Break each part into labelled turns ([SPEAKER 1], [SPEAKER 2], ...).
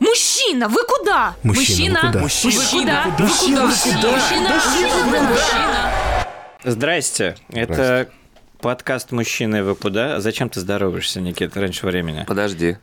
[SPEAKER 1] Мужчина, вы куда?
[SPEAKER 2] Мужчина, вы куда?
[SPEAKER 1] Вы куда?
[SPEAKER 3] Мужчина,
[SPEAKER 1] Вы куда? Мужчина, мужчина.
[SPEAKER 4] Здрасте. Это подкаст «Мужчина его куда?». Зачем ты здороваешься, Никит, раньше времени?
[SPEAKER 3] Подожди.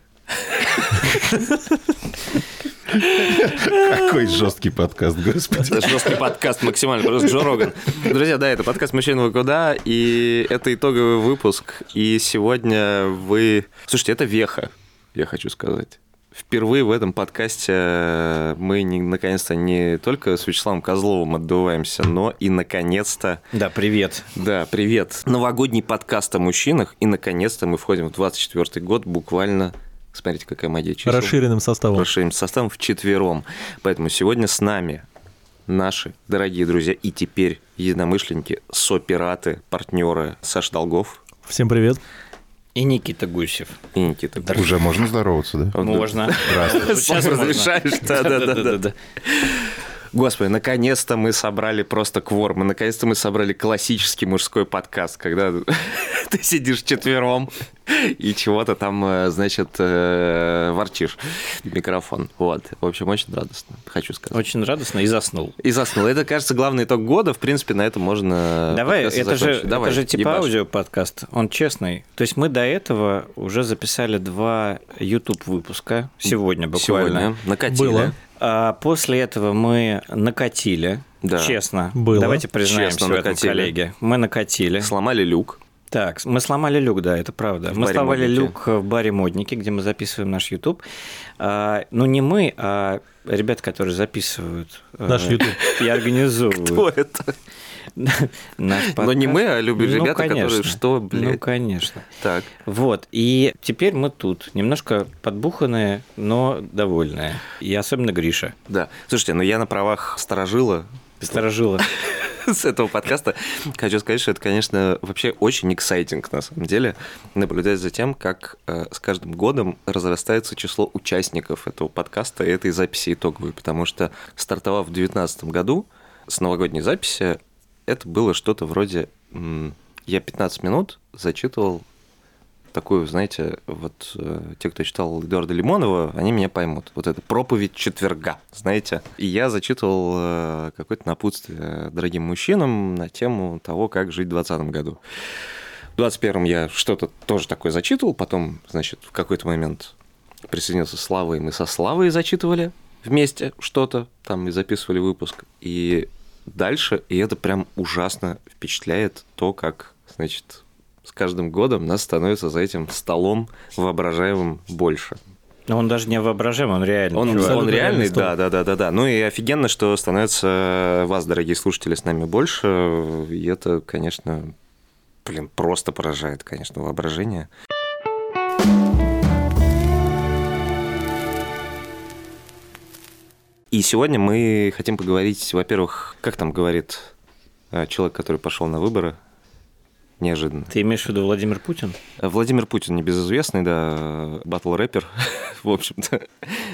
[SPEAKER 2] Какой жесткий подкаст, господи.
[SPEAKER 3] Это жесткий подкаст максимально, просто Джо Роган. Друзья, да, это подкаст «Мужчина, вы куда?» И это итоговый выпуск. И сегодня вы... Слушайте, это веха, я хочу сказать. Впервые в этом подкасте э, мы не- наконец-то не только с Вячеславом Козловым отдуваемся, но и наконец-то
[SPEAKER 4] Да, привет.
[SPEAKER 3] Да, привет. Новогодний подкаст о мужчинах. И, наконец-то, мы входим в 24-й год буквально... Смотрите, какая магия чисел.
[SPEAKER 5] Расширенным составом.
[SPEAKER 3] Расширенным составом вчетвером. Поэтому сегодня с нами наши дорогие друзья и теперь единомышленники, сопираты, партнеры Саш Долгов
[SPEAKER 5] Всем привет.
[SPEAKER 4] И Никита Гусев.
[SPEAKER 3] и Никита. Гусев.
[SPEAKER 2] Уже можно здороваться, да?
[SPEAKER 3] Вот
[SPEAKER 4] Можно.
[SPEAKER 3] ты
[SPEAKER 4] Вот сейчас
[SPEAKER 3] сам
[SPEAKER 4] можно.
[SPEAKER 3] разрешаешь, да-да-да.
[SPEAKER 4] Да-да-да.
[SPEAKER 3] Господи, наконец-то мы собрали просто квор. Мы наконец-то мы собрали классический мужской подкаст, когда ты сидишь четвером и чего-то там, э, значит, э, ворчишь в микрофон. Вот. В общем, очень радостно, хочу сказать.
[SPEAKER 4] Очень радостно и заснул.
[SPEAKER 3] И заснул. Это, кажется, главный итог года. В принципе, на этом можно...
[SPEAKER 4] Давай,
[SPEAKER 3] подкаст и
[SPEAKER 4] это же,
[SPEAKER 3] закончить. А, Давай,
[SPEAKER 4] это же типа
[SPEAKER 3] ебашь.
[SPEAKER 4] аудиоподкаст, он честный. То есть мы до этого уже записали два YouTube выпуска сегодня буквально.
[SPEAKER 3] Сегодня накатили.
[SPEAKER 5] Было.
[SPEAKER 4] А после этого мы накатили.
[SPEAKER 3] Да.
[SPEAKER 4] Честно.
[SPEAKER 5] Было.
[SPEAKER 4] Давайте признаемся
[SPEAKER 3] Честно
[SPEAKER 4] в этом,
[SPEAKER 3] накатили.
[SPEAKER 4] коллеги. Мы накатили.
[SPEAKER 3] Сломали люк.
[SPEAKER 4] Так, мы сломали люк, да, это правда.
[SPEAKER 3] В
[SPEAKER 4] мы
[SPEAKER 3] баре
[SPEAKER 4] сломали
[SPEAKER 3] «Модники».
[SPEAKER 4] люк в баре Модники, где мы записываем наш YouTube. А, ну, не мы, а ребята, которые записывают. э,
[SPEAKER 5] Наш YouTube.
[SPEAKER 4] И организовывают.
[SPEAKER 3] Кто это?
[SPEAKER 4] Наш
[SPEAKER 3] Но не
[SPEAKER 4] подкаст.
[SPEAKER 3] мы, а люби-
[SPEAKER 4] Ну,
[SPEAKER 3] ребята, которые...
[SPEAKER 4] конечно.
[SPEAKER 3] Что,
[SPEAKER 4] Ну,
[SPEAKER 3] блядь?
[SPEAKER 4] конечно.
[SPEAKER 3] Так.
[SPEAKER 4] Вот, и теперь мы тут. Немножко подбуханные, но довольные. И особенно Гриша.
[SPEAKER 3] Да. Слушайте, ну я на правах сторожила
[SPEAKER 4] Сторожила.
[SPEAKER 3] с этого подкаста. Хочу сказать, что это, конечно, вообще очень эксайтинг, на самом деле, наблюдать за тем, как э, с каждым годом разрастается число участников этого подкаста и этой записи итоговой, потому что, стартовав в 2019 году с новогодней записи, это было что-то вроде... м, я 15 минут зачитывал такую, знаете, вот э, те, кто читал Эдуарда Лимонова, они меня поймут. Вот это проповедь четверга, знаете. И я зачитывал э, какое-то напутствие дорогим мужчинам на тему того, как жить в 2020 году. В 21 я что-то тоже такое зачитывал, потом, значит, в какой-то момент присоединился Слава, и мы со Славой зачитывали вместе что-то, там и записывали выпуск. И дальше, и это прям ужасно впечатляет то, как, значит, с каждым годом нас становится за этим столом воображаемым больше.
[SPEAKER 4] Но он даже не воображаем, он реально.
[SPEAKER 3] Он,
[SPEAKER 5] Абсолютно
[SPEAKER 3] он реальный,
[SPEAKER 5] реальный стол.
[SPEAKER 3] да, да, да, да, да. Ну и офигенно, что становится вас, дорогие слушатели, с нами больше. И это, конечно, блин, просто поражает, конечно, воображение. И сегодня мы хотим поговорить, во-первых, как там говорит э, человек, который пошел на выборы, неожиданно.
[SPEAKER 4] Ты имеешь в виду Владимир Путин?
[SPEAKER 3] Владимир Путин, небезызвестный, да, батл-рэпер, в общем-то.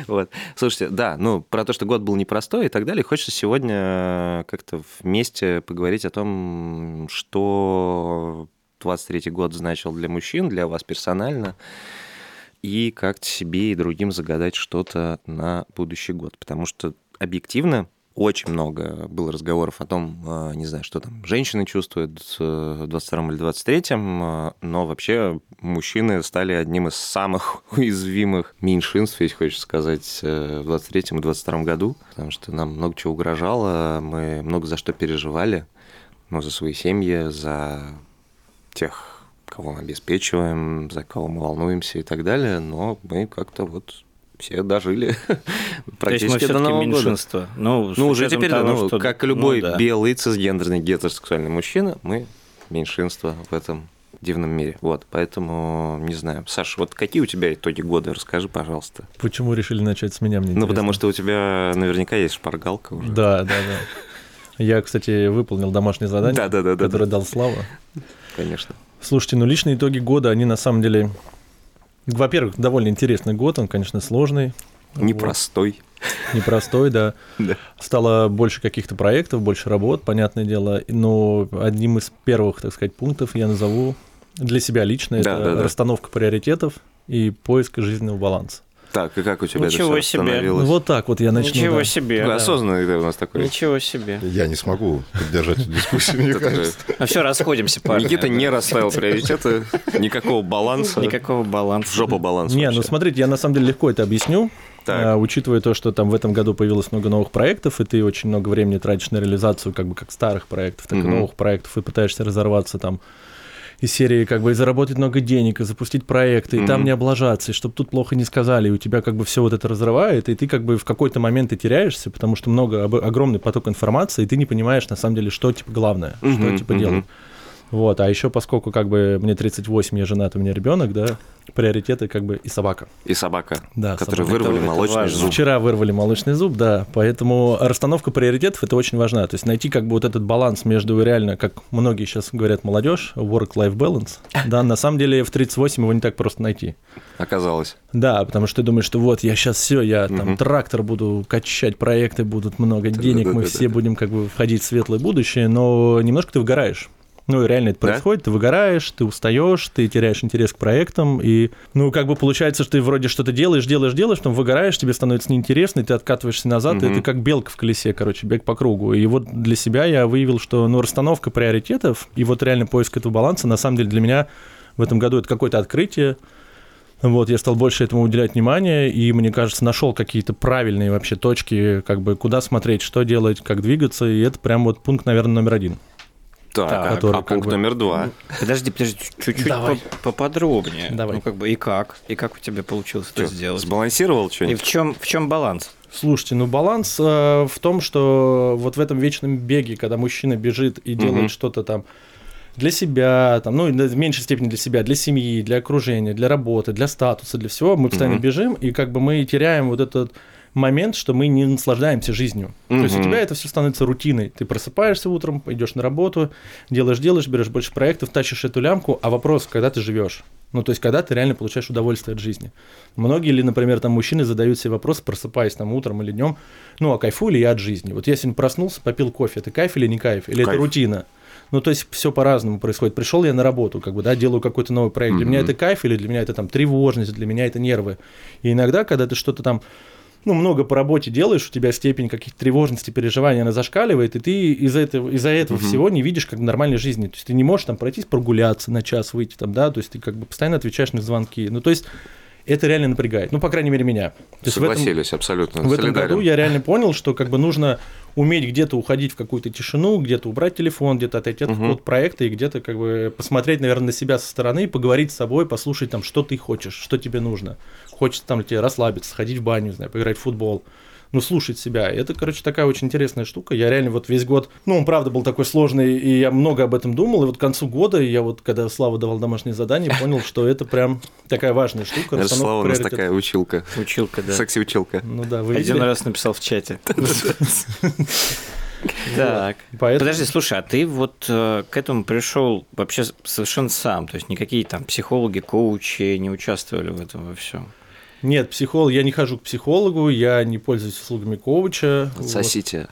[SPEAKER 3] Вот. Слушайте, да, ну, про то, что год был непростой и так далее, хочется сегодня э, как-то вместе поговорить о том, что 23-й год значил для мужчин, для вас персонально, и как себе и другим загадать что-то на будущий год. Потому что объективно очень много было разговоров о том, э, не знаю, что там женщины чувствуют э, в 22 или 23, э, но вообще мужчины стали одним из самых уязвимых меньшинств, если хочешь сказать, э, в 23 и 22 году, потому что нам много чего угрожало, мы много за что переживали, ну, за свои семьи, за тех, кого мы обеспечиваем, за кого мы волнуемся и так далее, но мы как-то вот все дожили
[SPEAKER 4] То
[SPEAKER 3] практически
[SPEAKER 4] есть мы все-таки
[SPEAKER 3] до Нового года.
[SPEAKER 4] меньшинство. Ну, с
[SPEAKER 3] Ну, уже
[SPEAKER 4] учетом
[SPEAKER 3] теперь, да,
[SPEAKER 4] того,
[SPEAKER 3] ну,
[SPEAKER 4] что-
[SPEAKER 3] как любой
[SPEAKER 4] ну да.
[SPEAKER 3] белый цисгендерный гетеросексуальный мужчина, мы меньшинство в этом дивном мире. Вот, поэтому, не знаю. Саш, вот какие у тебя итоги года? Расскажи, пожалуйста.
[SPEAKER 5] Почему решили начать с меня? Мне
[SPEAKER 3] Ну,
[SPEAKER 5] интересно.
[SPEAKER 3] потому что у тебя наверняка есть шпаргалка уже.
[SPEAKER 5] Да, да, да. Я, кстати, выполнил домашнее задание,
[SPEAKER 3] Да, да, да, да,
[SPEAKER 5] которое
[SPEAKER 3] да.
[SPEAKER 5] дал Слава.
[SPEAKER 3] Конечно.
[SPEAKER 5] Слушайте, ну личные итоги года, они на самом деле... Во-первых, довольно интересный год, он, конечно, сложный.
[SPEAKER 3] Непростой.
[SPEAKER 5] непростой, да.
[SPEAKER 3] Да.
[SPEAKER 5] Стало больше каких-то проектов, больше работ, понятное дело. Но одним из первых, так сказать, пунктов я назову для себя лично
[SPEAKER 3] Да,
[SPEAKER 5] это
[SPEAKER 3] да, да.
[SPEAKER 5] расстановка приоритетов и поиск жизненного баланса.
[SPEAKER 3] Так, и как у тебя
[SPEAKER 4] Ничего
[SPEAKER 3] это все
[SPEAKER 4] себе.
[SPEAKER 5] Ну, вот так вот я начну.
[SPEAKER 4] Ничего
[SPEAKER 5] да.
[SPEAKER 4] себе.
[SPEAKER 3] Осознанно ты у нас такой.
[SPEAKER 4] Ничего себе.
[SPEAKER 2] Я не смогу поддержать эту дискуссию, мне кажется.
[SPEAKER 4] А все, расходимся, парни.
[SPEAKER 3] Никита не расставил приоритеты, никакого баланса.
[SPEAKER 4] Никакого баланса.
[SPEAKER 3] В жопу баланс
[SPEAKER 5] Не, ну
[SPEAKER 3] вообще.
[SPEAKER 5] смотрите, я на самом деле легко это объясню,
[SPEAKER 3] Так.
[SPEAKER 5] А, учитывая то, что там в этом году появилось много новых проектов, и ты очень много времени тратишь на реализацию как бы как старых проектов, так и
[SPEAKER 3] Мгм.
[SPEAKER 5] новых проектов, и пытаешься разорваться там из серии как бы и заработать много денег, и запустить проекты, и там
[SPEAKER 3] Мгм.
[SPEAKER 5] не облажаться, и чтобы тут плохо не сказали, и у тебя как бы все вот это разрывает, и ты как бы в какой-то момент и теряешься, потому что много, об- огромный поток информации, и ты не понимаешь на самом деле, что типа главное, что
[SPEAKER 3] Мгм,
[SPEAKER 5] типа
[SPEAKER 3] мгм.
[SPEAKER 5] делать. Вот, а еще поскольку как бы мне 38, я женат, у меня ребенок, да, приоритеты как бы и собака.
[SPEAKER 3] И собака,
[SPEAKER 5] Да,
[SPEAKER 3] которой
[SPEAKER 5] собака.
[SPEAKER 3] вырвали
[SPEAKER 4] Это- это
[SPEAKER 3] молочный
[SPEAKER 4] важно.
[SPEAKER 3] зуб.
[SPEAKER 5] Вчера вырвали молочный зуб, да, поэтому расстановка приоритетов это очень важна. То есть найти как бы вот этот баланс между реально, как многие сейчас говорят, молодежь, work-life balance, да, на самом деле в 38 его не так просто найти.
[SPEAKER 3] Оказалось.
[SPEAKER 5] Да, потому что ты думаешь, что вот я сейчас все, я там
[SPEAKER 3] Мгм.
[SPEAKER 5] трактор буду качать, проекты будут много денег, мы
[SPEAKER 3] Да-да-да-да-да.
[SPEAKER 5] все будем как бы входить в светлое будущее, но немножко ты выгораешь. Ну и реально это
[SPEAKER 3] Да?
[SPEAKER 5] происходит, ты выгораешь, ты устаешь, ты теряешь интерес к проектам, и ну как бы получается, что ты вроде что-то делаешь, делаешь, делаешь, потом выгораешь, тебе становится неинтересно, и ты откатываешься назад, и
[SPEAKER 3] Мгм.
[SPEAKER 5] ты как белка в колесе, короче, бег по кругу. И вот для себя я выявил, что ну расстановка приоритетов и вот реально поиск этого баланса, на самом деле для меня в этом году это какое-то открытие, вот, я стал больше этому уделять внимание, и, мне кажется, нашел какие-то правильные вообще точки, как бы куда смотреть, что делать, как двигаться, и это прям вот пункт, наверное, номер один.
[SPEAKER 3] Так, а-
[SPEAKER 5] который
[SPEAKER 3] а
[SPEAKER 5] как
[SPEAKER 3] пункт
[SPEAKER 5] бы-
[SPEAKER 3] номер
[SPEAKER 4] Ну,
[SPEAKER 3] два.
[SPEAKER 4] Подожди, подожди, чуть- чуть-чуть
[SPEAKER 5] Давай.
[SPEAKER 4] по- поподробнее.
[SPEAKER 5] Давай.
[SPEAKER 4] Ну, как бы, и как? И как у тебя получилось это
[SPEAKER 3] Чё,
[SPEAKER 4] сделать?
[SPEAKER 3] Сбалансировал
[SPEAKER 4] И
[SPEAKER 3] что-нибудь?
[SPEAKER 4] в чем, в чем баланс?
[SPEAKER 5] Слушайте, ну баланс э, в том, что вот в этом вечном беге, когда мужчина бежит и делает
[SPEAKER 3] Мгм.
[SPEAKER 5] что-то там для себя, там, ну, и на- в меньшей степени для себя, для семьи, для окружения, для работы, для статуса, для всего, мы постоянно
[SPEAKER 3] Мгм.
[SPEAKER 5] бежим, и как бы мы теряем вот этот момент, что мы не наслаждаемся жизнью. То есть у
[SPEAKER 3] Мгм.
[SPEAKER 5] тебя это все становится рутиной. Ты просыпаешься утром, идешь на работу, делаешь, делаешь, берешь больше проектов, тащишь эту лямку, а вопрос, когда ты живешь? Ну, то есть, когда ты реально получаешь удовольствие от жизни. Многие ли, например, там мужчины задают себе вопрос, просыпаясь там утром или днем, ну, а кайфую ли я от жизни? Вот я сегодня проснулся, попил кофе, это кайф или не кайф? Или это
[SPEAKER 3] Кайф.
[SPEAKER 5] рутина? Ну, то есть, все по-разному происходит. Пришел я на работу, как бы, да, делаю какой-то новый проект. Для меня
[SPEAKER 3] Мгм.
[SPEAKER 5] это кайф или для меня это там тревожность, для меня это нервы. И иногда, когда ты что-то там ну, много по работе делаешь, у тебя степень каких-то тревожности, переживаний, она зашкаливает, и ты из-за этого, из-за этого
[SPEAKER 3] Мгм.
[SPEAKER 5] всего не видишь как бы нормальной жизни. То есть ты не можешь там пройтись, прогуляться на час, выйти там, да, то есть ты как бы постоянно отвечаешь на звонки. Ну, то есть это реально напрягает. Ну, по крайней мере, меня. То есть в этом-
[SPEAKER 3] Согласились, абсолютно.
[SPEAKER 5] в этом
[SPEAKER 3] солидарен.
[SPEAKER 5] году я реально понял, что как бы нужно уметь где-то уходить в какую-то тишину, где-то убрать телефон, где-то отойти от
[SPEAKER 3] Мгм.
[SPEAKER 5] какого-то проекта и где-то как бы посмотреть, наверное, на себя со стороны, поговорить с собой, послушать там, что ты хочешь, что тебе нужно. Хочется там тебе расслабиться, сходить в баню, не знаю, поиграть в футбол. Ну, слушать себя. И Это, короче, такая очень интересная штука. Я реально вот весь год, ну, он правда был такой сложный, и я много об этом думал. И вот к концу года я вот, когда Слава давал домашнее задание, понял, что это прям такая важная штука.
[SPEAKER 3] Даже
[SPEAKER 5] расстановка
[SPEAKER 3] Слава у нас
[SPEAKER 5] приоритетов.
[SPEAKER 3] такая училка.
[SPEAKER 4] Училка, да.
[SPEAKER 3] Секси-училка.
[SPEAKER 5] Ну да, вы
[SPEAKER 4] Один
[SPEAKER 5] видели?
[SPEAKER 4] раз написал в чате. Так.
[SPEAKER 5] Поэтому-
[SPEAKER 4] Подожди, слушай, а ты вот э, к этому пришел вообще с- совершенно сам, то есть никакие там психологи, коучи не участвовали в этом во всем.
[SPEAKER 5] Нет, психолог, я не хожу к психологу, я не пользуюсь услугами коуча. Вот.
[SPEAKER 3] Сосите.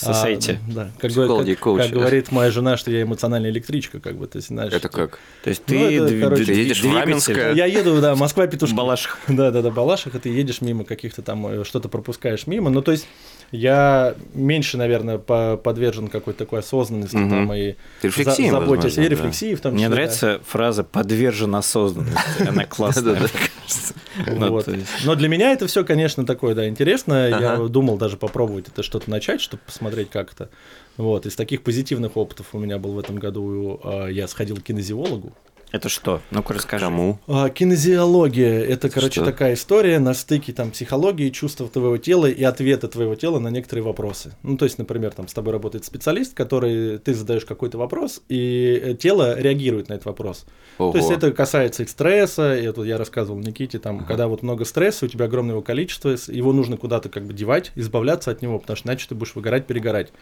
[SPEAKER 5] А,
[SPEAKER 4] Сосайте.
[SPEAKER 3] ну,
[SPEAKER 5] да, как,
[SPEAKER 3] Психологи и
[SPEAKER 5] говорит, как- как
[SPEAKER 3] коучи.
[SPEAKER 5] говорит моя жена, что я эмоциональная электричка, как бы ты знаешь.
[SPEAKER 3] Это как?
[SPEAKER 4] То есть
[SPEAKER 5] Ну,
[SPEAKER 4] ты
[SPEAKER 5] это,
[SPEAKER 4] дви-
[SPEAKER 5] короче,
[SPEAKER 4] дви-
[SPEAKER 3] Ты едешь в
[SPEAKER 4] двигатель.
[SPEAKER 3] Раменское.
[SPEAKER 5] Я еду, да, Москва петушки.
[SPEAKER 4] Балашиха.
[SPEAKER 5] Да, да, да, Балаших, и ты едешь мимо каких-то там, э, что-то пропускаешь мимо. Ну, то есть я меньше, наверное, по- подвержен какой-то такой осознанности
[SPEAKER 3] Мгм.
[SPEAKER 5] там и
[SPEAKER 3] Рефлексии,
[SPEAKER 5] за- заботе о себе, и
[SPEAKER 3] возможно, да.
[SPEAKER 5] рефлексии в том числе.
[SPEAKER 4] Мне
[SPEAKER 5] да.
[SPEAKER 4] нравится фраза «подвержен осознанности». Она классная, мне
[SPEAKER 3] Да-да-да.
[SPEAKER 4] кажется. Ну,
[SPEAKER 5] Вот.
[SPEAKER 4] то есть-
[SPEAKER 5] Но для меня это все, конечно, такое, да, интересно. Я
[SPEAKER 3] Ага.
[SPEAKER 5] думал даже попробовать это что-то начать, чтобы посмотреть, как это. Вот, из таких позитивных опытов у меня был в этом году, э, я сходил к кинезиологу.
[SPEAKER 4] Это что? Ну-ка расскажи.
[SPEAKER 3] Кому?
[SPEAKER 5] А, Кинезиология – это, короче,
[SPEAKER 3] Что?
[SPEAKER 5] такая история на стыке там психологии, чувства твоего тела и ответа твоего тела на некоторые вопросы. Ну, то есть, например, там с тобой работает специалист, который ты задаешь какой-то вопрос, и э, тело реагирует на этот вопрос.
[SPEAKER 3] Ого.
[SPEAKER 5] То есть это касается и стресса, и это я рассказывал Никите, там, когда вот много стресса, у тебя огромное его количество, с- его нужно куда-то как бы девать, избавляться от него, потому что иначе ты будешь выгорать, перегорать.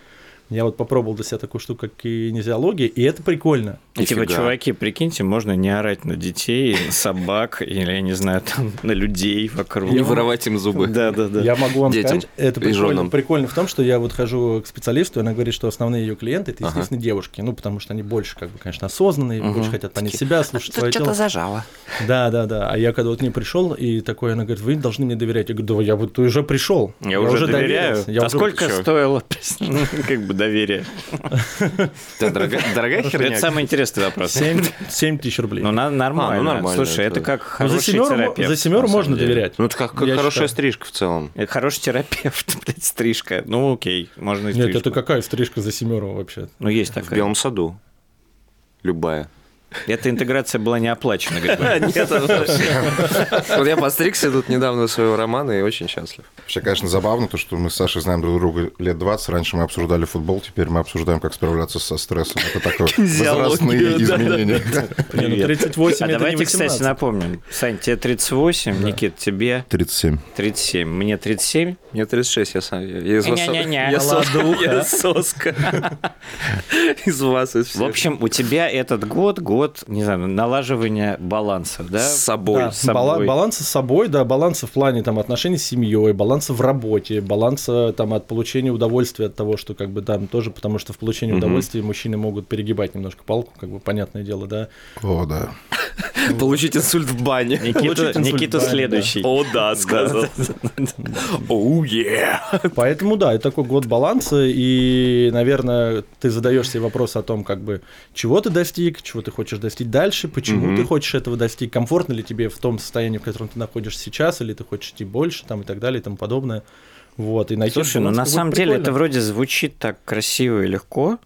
[SPEAKER 5] Я вот попробовал для себя такую штуку, как кинезиология, и это прикольно.
[SPEAKER 4] И типа,
[SPEAKER 3] Нифига.
[SPEAKER 4] чуваки, прикиньте, можно не орать на детей, на собак, или, я не знаю, там, на людей вокруг.
[SPEAKER 3] Не воровать им зубы.
[SPEAKER 4] Да, да, да.
[SPEAKER 5] Я могу вам
[SPEAKER 3] Детям
[SPEAKER 5] сказать, это
[SPEAKER 3] и
[SPEAKER 5] прикольно,
[SPEAKER 3] женам.
[SPEAKER 5] прикольно в том, что я вот хожу к специалисту, и она говорит, что основные ее клиенты это,
[SPEAKER 3] Ага.
[SPEAKER 5] естественно, девушки. Ну, потому что они больше, как бы, конечно, осознанные,
[SPEAKER 3] Мгм.
[SPEAKER 5] больше хотят понять себя, слушать свое тело.
[SPEAKER 3] зажало.
[SPEAKER 5] Да, да, да. А я когда вот не пришел, и такой, она говорит, вы должны мне доверять. Я говорю, да, я вот уже пришел.
[SPEAKER 4] Я, уже, доверяю.
[SPEAKER 5] доверился, я
[SPEAKER 4] а
[SPEAKER 5] уже
[SPEAKER 4] сколько
[SPEAKER 5] пришел».
[SPEAKER 4] стоило ну, как бы доверие?
[SPEAKER 3] дорогая, дорогая
[SPEAKER 4] Это
[SPEAKER 3] херня.
[SPEAKER 4] самый интересный вопрос.
[SPEAKER 5] Семь- семь тысяч рублей.
[SPEAKER 4] Ну, на- нормально.
[SPEAKER 3] А, ну, нормально,
[SPEAKER 4] Слушай,
[SPEAKER 3] это-
[SPEAKER 4] это как
[SPEAKER 5] Ну,
[SPEAKER 4] хороший
[SPEAKER 5] за семеру,
[SPEAKER 4] терапевт.
[SPEAKER 5] за семеру
[SPEAKER 4] на самом
[SPEAKER 5] можно
[SPEAKER 4] деле.
[SPEAKER 5] доверять.
[SPEAKER 3] Ну, это как, как
[SPEAKER 5] Я
[SPEAKER 3] хорошая
[SPEAKER 5] считаю.
[SPEAKER 3] стрижка в целом.
[SPEAKER 4] Э, Хороший терапевт, блядь, стрижка. Ну, окей, можно и
[SPEAKER 5] Нет,
[SPEAKER 4] стрижку.
[SPEAKER 5] это какая стрижка за семеру вообще?
[SPEAKER 4] Ну, есть
[SPEAKER 3] В
[SPEAKER 4] такая.
[SPEAKER 3] Белом саду. Любая.
[SPEAKER 4] Эта интеграция была не оплачена, Григорий.
[SPEAKER 3] Нет, Вот я постригся тут недавно своего романа и очень счастлив.
[SPEAKER 2] Вообще, конечно, забавно, то, что мы с Сашей знаем друг друга лет 20. Раньше мы обсуждали футбол, теперь мы обсуждаем, как справляться со стрессом. Это такое возрастные
[SPEAKER 4] Кинезиология, да-да-да.
[SPEAKER 2] изменения.
[SPEAKER 5] Не, ну, 38
[SPEAKER 4] а
[SPEAKER 5] это
[SPEAKER 4] давайте,
[SPEAKER 5] не
[SPEAKER 4] кстати,
[SPEAKER 5] 18.
[SPEAKER 4] напомним. Сань, тебе 38, Никит, тебе
[SPEAKER 2] 37.
[SPEAKER 4] 37. Мне 37.
[SPEAKER 3] Мне 36, я сам. Я я из вас.
[SPEAKER 4] Не-не-не.
[SPEAKER 3] Я соска.
[SPEAKER 5] Ладуха.
[SPEAKER 3] Я соска. Из вас, из
[SPEAKER 4] В
[SPEAKER 3] всех.
[SPEAKER 4] общем, у тебя этот год, год, не знаю, налаживания баланса, да?
[SPEAKER 3] с собой.
[SPEAKER 5] Да,
[SPEAKER 4] с собой.
[SPEAKER 5] бала- баланса с собой, да, баланса в плане там отношений с семьей, баланса в работе, баланса там от получения удовольствия от того, что как бы там тоже, потому что в получении
[SPEAKER 3] Мгм.
[SPEAKER 5] удовольствия мужчины могут перегибать немножко палку, как бы понятное дело, да.
[SPEAKER 2] О, да.
[SPEAKER 3] Получить инсульт в бане.
[SPEAKER 4] Никита,
[SPEAKER 5] Получить инсульт,
[SPEAKER 4] Никита
[SPEAKER 5] да,
[SPEAKER 4] следующий.
[SPEAKER 3] О, да, сказал. Оу, е.
[SPEAKER 5] Поэтому да, это такой год баланса, и, наверное, ты задаешь себе вопрос о том, как бы, чего ты достиг, чего ты хочешь достичь дальше, почему
[SPEAKER 3] Мгм.
[SPEAKER 5] ты хочешь этого достичь, комфортно ли тебе в том состоянии, в котором ты находишься сейчас, или ты хочешь идти больше, там и так далее, и тому подобное. Вот, и найти
[SPEAKER 4] Слушай, ну
[SPEAKER 5] баланс,
[SPEAKER 4] на
[SPEAKER 5] как бы,
[SPEAKER 4] самом деле это
[SPEAKER 5] прикольно.
[SPEAKER 4] вроде звучит так красиво и легко,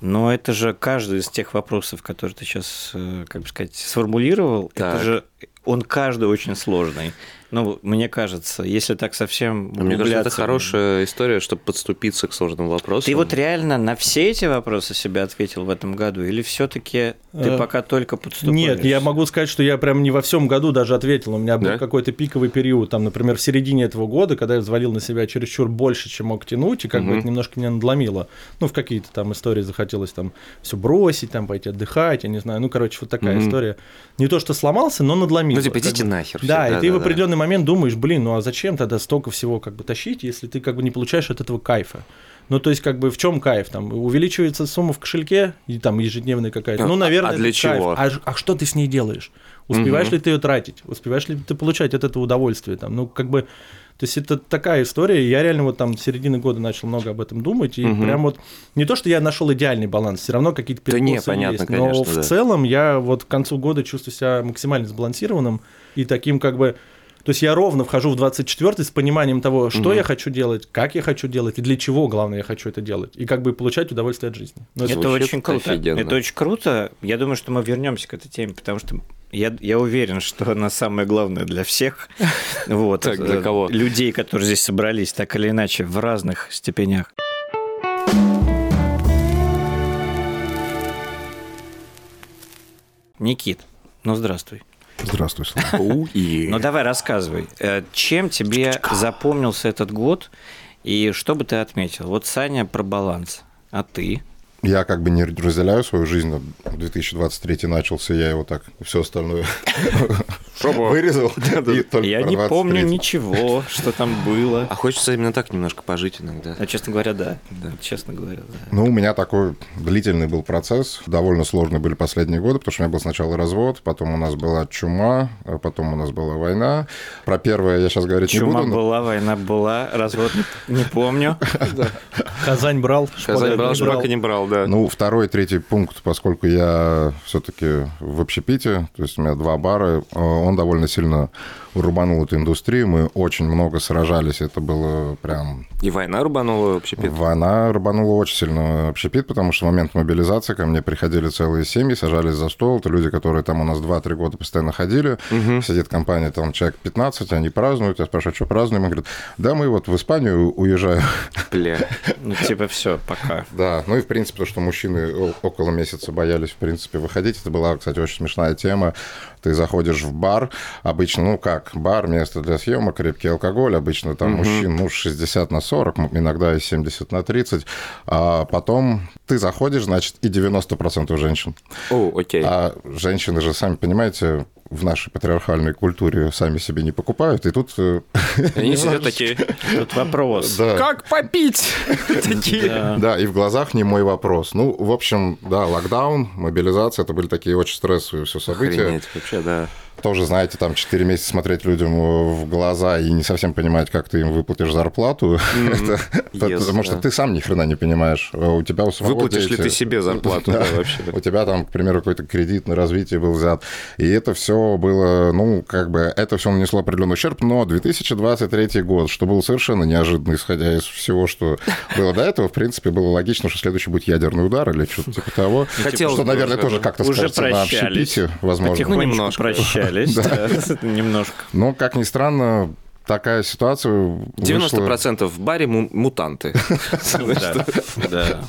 [SPEAKER 4] но это же каждый из тех вопросов, которые ты сейчас, э, как бы сказать, сформулировал,
[SPEAKER 3] Так.
[SPEAKER 4] это же он каждый очень сложный. Ну, мне кажется, если так совсем
[SPEAKER 3] А Мне кажется, это
[SPEAKER 4] углубляться-
[SPEAKER 3] хорошая история, чтобы подступиться к сложным вопросам.
[SPEAKER 4] Ты вот реально на все эти вопросы себя ответил в этом году, или все-таки ты
[SPEAKER 5] Э,
[SPEAKER 4] пока только подступаешь?
[SPEAKER 5] Нет, я могу сказать, что я прям не во всем году даже ответил. У меня был
[SPEAKER 3] Да?
[SPEAKER 5] какой-то пиковый период, там, например, в середине этого года, когда я взвалил на себя чересчур больше, чем мог тянуть, и как бы
[SPEAKER 3] Мгм.
[SPEAKER 5] это немножко меня надломило. Ну, в какие-то там истории захотелось там все бросить, там пойти отдыхать, я не знаю. Ну, короче, вот такая
[SPEAKER 3] Мгм.
[SPEAKER 5] история. Не то, что сломался, но надломило.
[SPEAKER 3] Ну, типа,
[SPEAKER 5] Как
[SPEAKER 3] идите
[SPEAKER 5] бы-
[SPEAKER 3] нахер. всё,
[SPEAKER 5] Да, и ты в
[SPEAKER 3] да.
[SPEAKER 5] определенный момент думаешь, блин, ну а зачем тогда столько всего как бы тащить, если ты как бы не получаешь от этого кайфа? Ну, то есть, как бы в чем кайф? Там увеличивается сумма в кошельке, и там ежедневная какая-то.
[SPEAKER 3] А-
[SPEAKER 5] Ну,
[SPEAKER 3] а
[SPEAKER 5] наверное,
[SPEAKER 3] для
[SPEAKER 5] это кайф.
[SPEAKER 3] чего?
[SPEAKER 5] А, ж- а что ты с ней делаешь? Успеваешь
[SPEAKER 3] Мгм.
[SPEAKER 5] ли ты ее тратить? Успеваешь ли ты получать от этого удовольствие? Там, ну, как бы. То есть это такая история. Я реально вот там с середины года начал много об этом думать. И
[SPEAKER 3] Мгм.
[SPEAKER 5] прям вот не то, что я нашел идеальный баланс, все равно какие-то
[SPEAKER 3] Да не,
[SPEAKER 5] перекосы
[SPEAKER 3] понятно,
[SPEAKER 5] есть.
[SPEAKER 3] конечно,
[SPEAKER 5] Но в
[SPEAKER 3] да.
[SPEAKER 5] целом я вот к концу года чувствую себя максимально сбалансированным и таким как бы... То есть я ровно вхожу в 24-й с пониманием того, что
[SPEAKER 3] Мгм.
[SPEAKER 5] я хочу делать, как я хочу делать и для чего, главное, я хочу это делать. И как бы получать удовольствие от жизни. Ну, это-
[SPEAKER 4] Это
[SPEAKER 3] Звучит
[SPEAKER 4] очень круто.
[SPEAKER 3] офигенно.
[SPEAKER 4] Это очень круто. Я думаю, что мы вернемся к этой теме, потому что я, я уверен, что она самая главная для всех. Вот. э,
[SPEAKER 3] Так, для кого?
[SPEAKER 4] Людей, которые здесь собрались, так или иначе, в разных степенях. Никит, ну здравствуй.
[SPEAKER 2] Здравствуй, Слава.
[SPEAKER 3] Оу, е.
[SPEAKER 4] Ну давай рассказывай, э, чем тебе запомнился этот год и что бы ты отметил? Вот Саня про баланс, а ты?
[SPEAKER 2] Я как бы не разделяю свою жизнь. но 2023 начался, я его так все остальное вырезал. и только
[SPEAKER 4] Я
[SPEAKER 2] про
[SPEAKER 4] не помню
[SPEAKER 2] 23.
[SPEAKER 4] ничего, что там было.
[SPEAKER 3] А хочется именно так немножко пожить иногда.
[SPEAKER 4] А, честно говоря, да.
[SPEAKER 3] Да.
[SPEAKER 4] Честно говоря, да.
[SPEAKER 2] Ну, у меня такой длительный был процесс. Довольно сложные были последние годы, потому что у меня был сначала развод, потом у нас была чума, а потом у нас была война. Про первое я сейчас говорить не
[SPEAKER 4] Чума
[SPEAKER 2] буду. но-
[SPEAKER 4] была, война была, развод не помню.
[SPEAKER 5] Казань брал,
[SPEAKER 3] Казань
[SPEAKER 5] Шпагат
[SPEAKER 3] брал,
[SPEAKER 5] не
[SPEAKER 3] шпака не брал, да.
[SPEAKER 2] Ну, второй и третий пункт, поскольку я все-таки в общепите, то есть у меня два бара, э, он довольно сильно рубанул эту индустрию, мы очень много сражались, это было прям...
[SPEAKER 3] И война рубанула вообще пи-
[SPEAKER 2] Она рубанула очень сильно общепит, потому что в момент мобилизации ко мне приходили целые семьи, сажались за стол, это люди, которые там у нас 2-3 года постоянно ходили, сидит компания, там человек 15, они празднуют, я спрашиваю, что празднуем, они говорят, да, мы вот в Испанию уезжаем.
[SPEAKER 3] Бля.
[SPEAKER 4] Ну, типа, все, пока.
[SPEAKER 2] Да, ну и в принципе то, что мужчины о- около месяца боялись в принципе выходить, это была, кстати, очень смешная тема. Ты заходишь в бар, бар обычно, ну как, бар, место для съемок, крепкий алкоголь, обычно там мужчин, ну, 60 на 40, м- иногда и 70 на 30, а потом ты заходишь, значит, и 90% женщин.
[SPEAKER 3] О, окей.
[SPEAKER 2] А женщины же, сами понимаете, в нашей патриархальной культуре сами себе не покупают, и тут... э,
[SPEAKER 3] Они сидят такие.
[SPEAKER 4] Тут вопрос.
[SPEAKER 2] Да.
[SPEAKER 3] Как попить? Такие.
[SPEAKER 4] Да.
[SPEAKER 2] Да, и в глазах не мой вопрос. Ну, в общем, да, локдаун, мобилизация, это были такие очень стрессовые все события.
[SPEAKER 3] Охренеть, вообще, да.
[SPEAKER 2] Тоже, знаете, там 4 месяца смотреть людям э, в глаза и не совсем понимать, как ты им выплатишь зарплату. Это- это
[SPEAKER 3] Yes,
[SPEAKER 2] Потому что
[SPEAKER 3] да.
[SPEAKER 2] ты сам ни хрена не понимаешь. Э, У тебя у самого
[SPEAKER 3] Выплатишь ли
[SPEAKER 2] дети.
[SPEAKER 3] ты себе зарплату да, вообще?
[SPEAKER 2] У тебя там, к примеру, какой-то кредит на развитие был взят. И это все было, ну, как бы, это все нанесло определенный ущерб, но 2023 год, что было совершенно неожиданно, исходя из всего, что было до этого, в принципе, было логично, что следующий будет ядерный удар или что-то типа того.
[SPEAKER 3] Хотелось
[SPEAKER 2] что,
[SPEAKER 3] бы
[SPEAKER 2] наверное,
[SPEAKER 3] уже,
[SPEAKER 2] тоже
[SPEAKER 3] да.
[SPEAKER 2] как-то
[SPEAKER 4] Уже
[SPEAKER 2] скажется на
[SPEAKER 4] прощались.
[SPEAKER 2] общепите, возможно.
[SPEAKER 3] Ну,
[SPEAKER 4] Потихонечку
[SPEAKER 3] немножко.
[SPEAKER 4] прощались. да. Немножко.
[SPEAKER 2] Но, как ни странно, такая ситуация вышла...
[SPEAKER 3] 90% в баре му- мутанты.
[SPEAKER 4] Да. Да.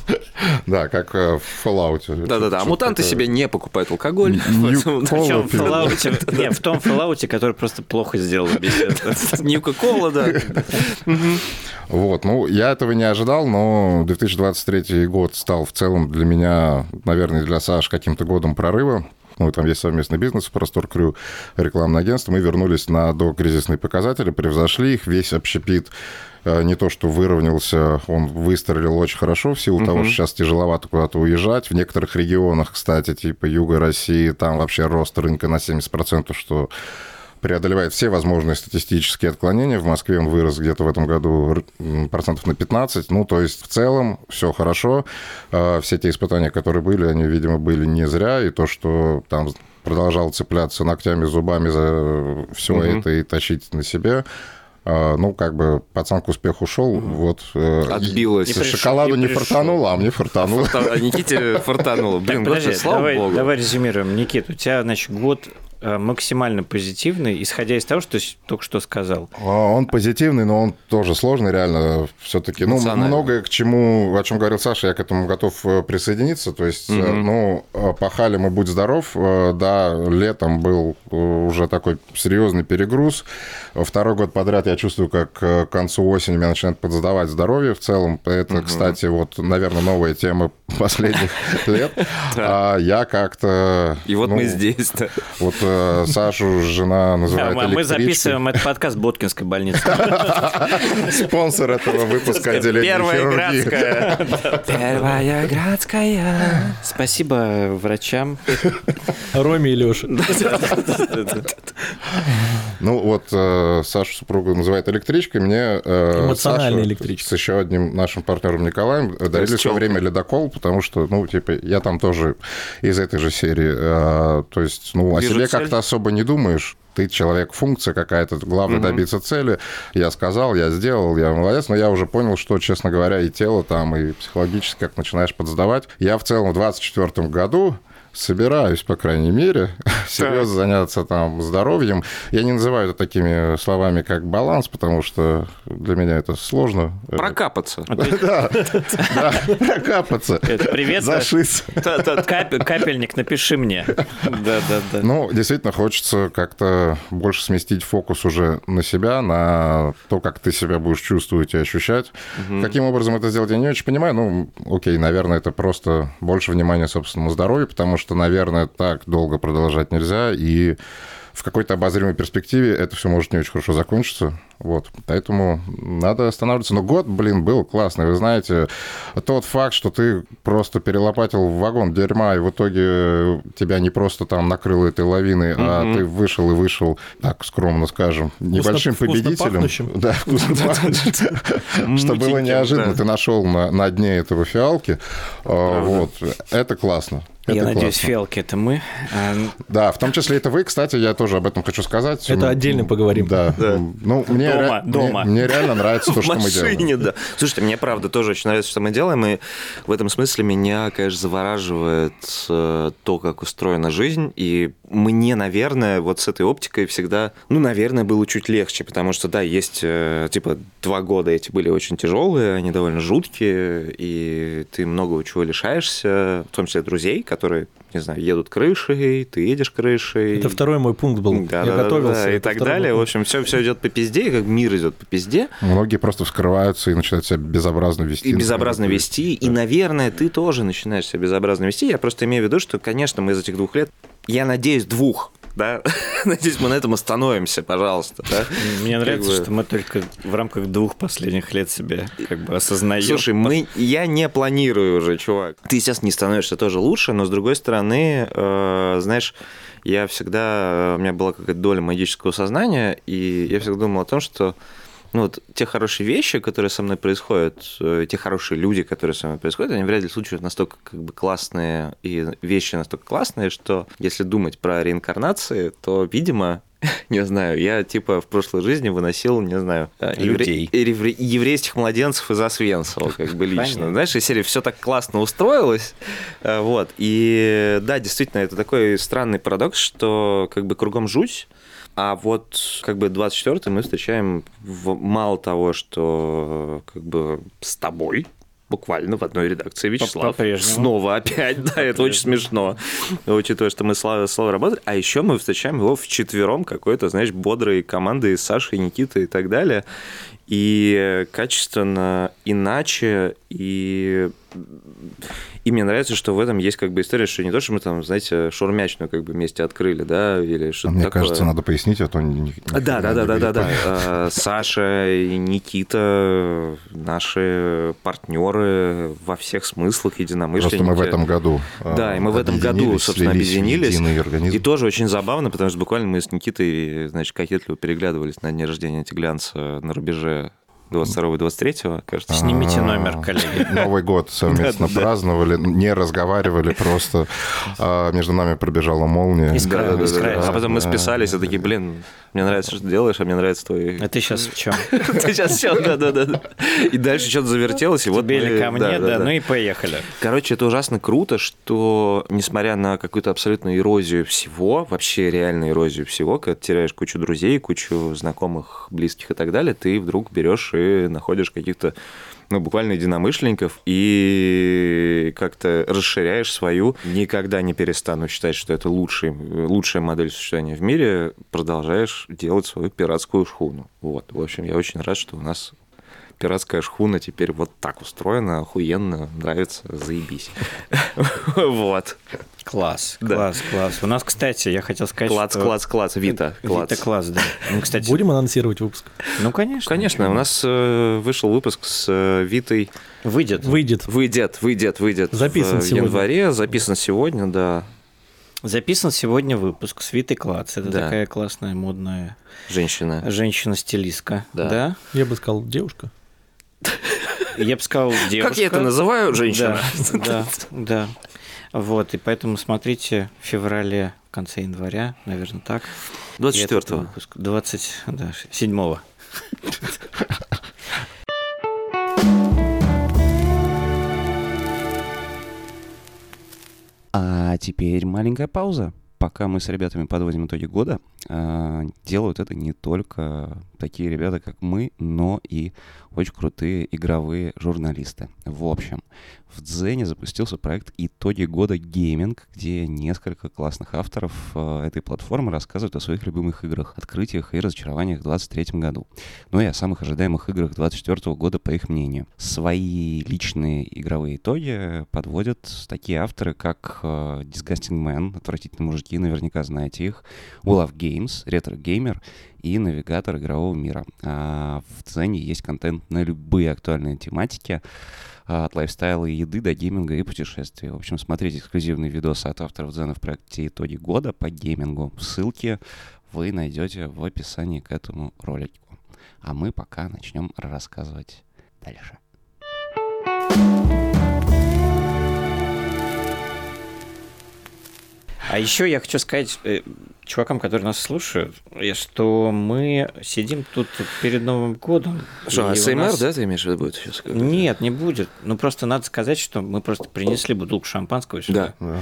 [SPEAKER 2] Да, как э, в Fallout.
[SPEAKER 3] Да-да-да, а
[SPEAKER 2] Что-то
[SPEAKER 3] мутанты
[SPEAKER 2] такое.
[SPEAKER 3] себе не покупают алкоголь. поэтому-
[SPEAKER 4] Причем в
[SPEAKER 2] Fallout.
[SPEAKER 4] Fallout, не, в том Fallout, который просто плохо сделал беседу.
[SPEAKER 3] Ньюка-кола, да.
[SPEAKER 2] Вот, ну, я этого не ожидал, но 2023 год стал в целом для меня, наверное, и для Саши каким-то годом прорыва. Ну, там есть совместный бизнес, Простор Крю, рекламное агентство. Мы вернулись на докризисные показатели, превзошли их. Весь общепит э, не то что выровнялся, он выстрелил очень хорошо в силу того, что сейчас тяжеловато куда-то уезжать. В некоторых регионах, кстати, типа Юга России, там вообще рост рынка на 70%, что преодолевает все возможные статистические отклонения. В Москве он вырос где-то в этом году р- м, процентов на 15. Ну, то есть в целом все хорошо. Э, Все те испытания, которые были, они, видимо, были не зря. И то, что там продолжал цепляться ногтями, зубами за все это и тащить на себе, э, ну, как бы пацан к успеху шел, вот... э,
[SPEAKER 3] Отбилось.
[SPEAKER 2] и
[SPEAKER 3] Не
[SPEAKER 4] пришел,
[SPEAKER 2] Шоколаду
[SPEAKER 4] не
[SPEAKER 2] не
[SPEAKER 4] пришел.
[SPEAKER 2] фортануло, а мне фортануло.
[SPEAKER 3] А Никите фартануло. Блин,
[SPEAKER 4] Подожди,
[SPEAKER 3] вообще, слава
[SPEAKER 4] давай,
[SPEAKER 3] богу.
[SPEAKER 4] давай резюмируем. Никит, у тебя, значит, год э, максимально позитивный, исходя из того, что с- только что сказал.
[SPEAKER 2] А, Он позитивный, но он тоже сложный, реально, все-таки. Ну,
[SPEAKER 3] Эмоционально.
[SPEAKER 2] многое к чему, о чем говорил Саша, я к этому готов э, присоединиться. То есть, э, ну, э, пахали мы, будь здоров. Э, Да, летом был э, уже такой серьезный перегруз. Второй год подряд я чувствую, как э, к концу осени меня начинает подзадавать здоровье в целом. Это, кстати, вот, наверное, новая тема последних лет. А Я как-то...
[SPEAKER 3] И вот
[SPEAKER 2] ну,
[SPEAKER 3] мы здесь. да.
[SPEAKER 2] Вот э, Сашу жена
[SPEAKER 4] А,
[SPEAKER 2] называет
[SPEAKER 4] мы- мы
[SPEAKER 2] электричкой.
[SPEAKER 4] записываем этот подкаст в Боткинской больнице.
[SPEAKER 2] Спонсор этого выпуска отделения
[SPEAKER 4] Первая
[SPEAKER 2] хирургии.
[SPEAKER 4] градская.
[SPEAKER 3] Первая градская.
[SPEAKER 4] Спасибо врачам.
[SPEAKER 5] Роме и Лёше.
[SPEAKER 2] Ну вот э, Сашу супругу называют электричкой, мне э,
[SPEAKER 5] Эмоциональной
[SPEAKER 2] Сашу
[SPEAKER 5] электричкой.
[SPEAKER 2] с еще одним нашим партнером Николаем э, дарили
[SPEAKER 3] есть
[SPEAKER 2] все
[SPEAKER 3] чё?
[SPEAKER 2] время ледокол, потому что, ну, типа, я там тоже из этой же серии. э, то есть, ну, о
[SPEAKER 3] Вижу
[SPEAKER 2] себе
[SPEAKER 3] цель.
[SPEAKER 2] как-то особо не думаешь. Ты человек, функция какая-то, главное добиться цели. Я сказал, я сделал, я молодец, но я уже понял, что, честно говоря, и тело там, и психологически как начинаешь подсдавать. Я в целом в 24 году собираюсь, по крайней мере, серьезно заняться там здоровьем. Я не называю это такими словами, как баланс, потому что для меня это сложно. Э,
[SPEAKER 3] Прокапаться.
[SPEAKER 2] Да, да, прокапаться,
[SPEAKER 4] Это привет.
[SPEAKER 2] зашиться.
[SPEAKER 4] Капе- Капельник, напиши мне. Да, да, да.
[SPEAKER 2] Ну, действительно, хочется как-то больше сместить фокус уже на себя, на то, как ты себя будешь чувствовать и ощущать. Каким образом это сделать, я не очень понимаю. Ну, окей, наверное, это просто больше внимания собственному здоровью, потому что, наверное, так долго продолжать нельзя, и в какой-то обозримой перспективе это все может не очень хорошо закончиться. Вот, поэтому надо останавливаться. Но год, блин, был классный. Вы знаете, тот факт, что ты просто перелопатил вагон дерьма, и в итоге тебя не просто там накрыло этой лавиной, а ты вышел и вышел, так скромно скажем, небольшим
[SPEAKER 5] вкусно
[SPEAKER 2] победителем.
[SPEAKER 5] пахнущим.
[SPEAKER 2] Да, вкусно пахнущим. Что было
[SPEAKER 3] Мутеньким,
[SPEAKER 2] неожиданно.
[SPEAKER 3] да.
[SPEAKER 2] Ты нашел на на дне этого фиалки. А, Вот, это классно.
[SPEAKER 4] Я
[SPEAKER 2] Это
[SPEAKER 4] надеюсь,
[SPEAKER 2] классно.
[SPEAKER 4] фиалки это мы. А,
[SPEAKER 2] Да, в том числе это вы, кстати, я тоже об этом хочу сказать.
[SPEAKER 5] Это
[SPEAKER 2] М,
[SPEAKER 5] отдельно поговорим.
[SPEAKER 2] Да. Ну, мне,
[SPEAKER 4] Дома,
[SPEAKER 2] ре- мне-
[SPEAKER 4] дома.
[SPEAKER 2] Мне, реально нравится то,
[SPEAKER 3] в
[SPEAKER 2] что мы делаем.
[SPEAKER 3] машине, да. Слушайте, мне правда тоже очень нравится, что мы делаем, и в этом смысле меня, конечно, завораживает э, то, как устроена жизнь, и мне, наверное, вот с этой оптикой всегда, ну, наверное, было чуть легче, потому что, да, есть, э, типа, два года эти были очень тяжелые, они довольно жуткие, и ты многого чего лишаешься, в том числе друзей, которые, не знаю, едут крышей, ты едешь крышей.
[SPEAKER 5] Это второй мой пункт был.
[SPEAKER 3] Да,
[SPEAKER 5] Я
[SPEAKER 3] да, да,
[SPEAKER 5] готовился.
[SPEAKER 3] да, и
[SPEAKER 5] это
[SPEAKER 3] так
[SPEAKER 5] второй
[SPEAKER 3] далее.
[SPEAKER 5] мой
[SPEAKER 3] В
[SPEAKER 5] пункт.
[SPEAKER 3] общем, все, все идет по пизде, и как мир идет по пизде,
[SPEAKER 2] Многие просто вскрываются и начинают себя безобразно вести.
[SPEAKER 3] и безобразно
[SPEAKER 2] например.
[SPEAKER 3] вести, и, наверное, ты тоже начинаешь себя безобразно вести. Я просто имею в виду, что, конечно, мы из этих двух лет, я надеюсь, двух, да, надеюсь, мы на этом остановимся, пожалуйста, да.
[SPEAKER 4] Мне
[SPEAKER 3] Как
[SPEAKER 4] нравится,
[SPEAKER 3] бы-
[SPEAKER 4] что мы только в рамках двух последних лет себя как бы осознаем.
[SPEAKER 3] Слушай, мы, я не планирую уже, чувак. Ты, естественно, не становишься тоже лучше, но с другой стороны, э, знаешь, я всегда, э, у меня была какая-то доля магического сознания, и я всегда думал о том, что ну, вот те хорошие вещи, которые со мной происходят, э, те хорошие люди, которые со мной происходят, они в ряде случаев настолько как бы классные, и вещи настолько классные, что если думать про реинкарнации, то, видимо, не знаю, я типа в прошлой жизни выносил, не знаю, э, евре-
[SPEAKER 4] Людей.
[SPEAKER 3] евре- еврейских младенцев из Освенцева, как бы лично.
[SPEAKER 4] Понятно.
[SPEAKER 3] Знаешь, из серии все так классно устроилось. э, Вот. И э, да, действительно, это такой странный парадокс, что как бы кругом жуть, а вот как бы 24 мы встречаем в- мало того, что как бы с тобой, буквально в одной редакции Вячеслав.
[SPEAKER 4] по-прежнему.
[SPEAKER 3] Снова опять, да, это очень смешно, учитывая, что мы с Славой Славой работали. А еще мы встречаем его в четвером какой-то, знаешь, бодрой команды из Саши, Никиты и так далее. И качественно иначе, и и мне нравится, что в этом есть как бы история, что не то, что мы там, знаете, шурмячную как бы вместе открыли, да, или
[SPEAKER 2] А
[SPEAKER 3] что-то
[SPEAKER 2] Мне
[SPEAKER 3] такое.
[SPEAKER 2] кажется, надо пояснить, а то... ни- ни-
[SPEAKER 3] А, Да, да,
[SPEAKER 2] ни-
[SPEAKER 3] да,
[SPEAKER 2] ни-
[SPEAKER 3] да,
[SPEAKER 2] ни-
[SPEAKER 3] да, да. Э, Саша и Никита наши партнеры во всех смыслах единомышленники.
[SPEAKER 2] Просто мы в этом году... э,
[SPEAKER 3] Да, и мы в этом году,
[SPEAKER 2] объединились,
[SPEAKER 3] собственно,
[SPEAKER 2] слились в
[SPEAKER 3] объединились.
[SPEAKER 2] единый организм.
[SPEAKER 3] И тоже очень забавно, потому что буквально мы с Никитой, значит, кокетливо переглядывались на дне рождения Тиглянца на рубеже 22 и 23 кажется.
[SPEAKER 2] А,
[SPEAKER 4] Снимите номер, коллеги.
[SPEAKER 2] Новый год совместно праздновали, не разговаривали просто. А Между нами пробежала молния.
[SPEAKER 4] Искра,
[SPEAKER 3] Да, да, да,
[SPEAKER 4] искра.
[SPEAKER 3] да. А потом мы
[SPEAKER 2] Да,
[SPEAKER 3] списались и
[SPEAKER 2] да,
[SPEAKER 3] такие, блин, мне нравится, что ты делаешь, а мне нравится твой...
[SPEAKER 4] А ты сейчас в чем?
[SPEAKER 3] Ты сейчас все, да-да-да. И дальше что-то завертелось, и вот...
[SPEAKER 4] Тебе или
[SPEAKER 3] мы-
[SPEAKER 4] ко мне, да,
[SPEAKER 3] да-да-да.
[SPEAKER 4] ну и поехали.
[SPEAKER 3] Короче, это ужасно круто, что несмотря на какую-то абсолютную эрозию всего, вообще реальную эрозию всего, когда ты теряешь кучу друзей, кучу знакомых, близких и так далее, ты вдруг берешь и находишь каких-то ну, буквально единомышленников и как-то расширяешь свою. Никогда не перестану считать, что это лучший, лучшая модель существования в мире. Продолжаешь делать свою пиратскую шхуну. Вот. В общем, я очень рад, что у нас пиратская шхуна теперь вот так устроена, охуенно, нравится, заебись. Вот.
[SPEAKER 4] Класс,
[SPEAKER 3] Да.
[SPEAKER 4] класс, класс. У нас, кстати, я хотел сказать,
[SPEAKER 3] Клац,
[SPEAKER 4] что-
[SPEAKER 3] клац, клац, Вита, клац.
[SPEAKER 4] э, Вита класс, да. Ну, кстати,
[SPEAKER 5] Будем анонсировать выпуск?
[SPEAKER 4] ну, конечно.
[SPEAKER 3] Конечно, у нас э, вышел выпуск с э, Витой.
[SPEAKER 4] Выйдет.
[SPEAKER 5] Выйдет.
[SPEAKER 3] Выйдет, выйдет, выйдет.
[SPEAKER 5] Записан
[SPEAKER 3] в,
[SPEAKER 5] сегодня.
[SPEAKER 3] январе, записан сегодня, да.
[SPEAKER 4] Записан сегодня выпуск с Витой Клац. Это
[SPEAKER 3] Да.
[SPEAKER 4] такая классная, модная
[SPEAKER 3] Женщина.
[SPEAKER 4] женщина-стилистка.
[SPEAKER 3] Да.
[SPEAKER 4] Да.
[SPEAKER 5] Я бы сказал, девушка.
[SPEAKER 4] Я бы сказал, девушка.
[SPEAKER 3] Как я это называю, женщина?
[SPEAKER 4] Да, да, да. Вот, и поэтому смотрите в феврале, в конце января, наверное, так.
[SPEAKER 3] 24-го.
[SPEAKER 4] 27-го.
[SPEAKER 6] А теперь маленькая пауза. Пока мы с ребятами подводим итоги года, а, делают это не только такие ребята, как мы, но и очень крутые игровые журналисты. В общем, в Дзене запустился проект «Итоги года гейминг», где несколько классных авторов а, этой платформы рассказывают о своих любимых играх, открытиях и разочарованиях в 2023 году но Ну и о самых ожидаемых играх 2024 года, по их мнению. Свои личные игровые итоги подводят такие авторы, как э, Disgusting Man, Отвратительные мужики, наверняка знаете их, Olaf Games, Retro Gamer и Навигатор игрового мира. А в цене есть контент на любые актуальные тематики, а, от лайфстайла и еды до гейминга и путешествий. В общем, смотрите эксклюзивные видосы от авторов Дзена в проекте «Итоги года» по геймингу. Ссылки вы найдете в описании к этому ролику. А мы пока начнем рассказывать дальше.
[SPEAKER 4] А еще я хочу сказать э, чувакам, которые нас слушают, э, что мы сидим тут перед Новым годом.
[SPEAKER 3] Что,
[SPEAKER 4] и у
[SPEAKER 3] АСМР,
[SPEAKER 4] нас-
[SPEAKER 3] да, ты имеешь в виду будет сейчас? какой-то?
[SPEAKER 4] Нет, не будет. Ну, просто надо сказать, что мы просто принесли бутылку шампанского сюда.
[SPEAKER 3] Да.
[SPEAKER 2] да.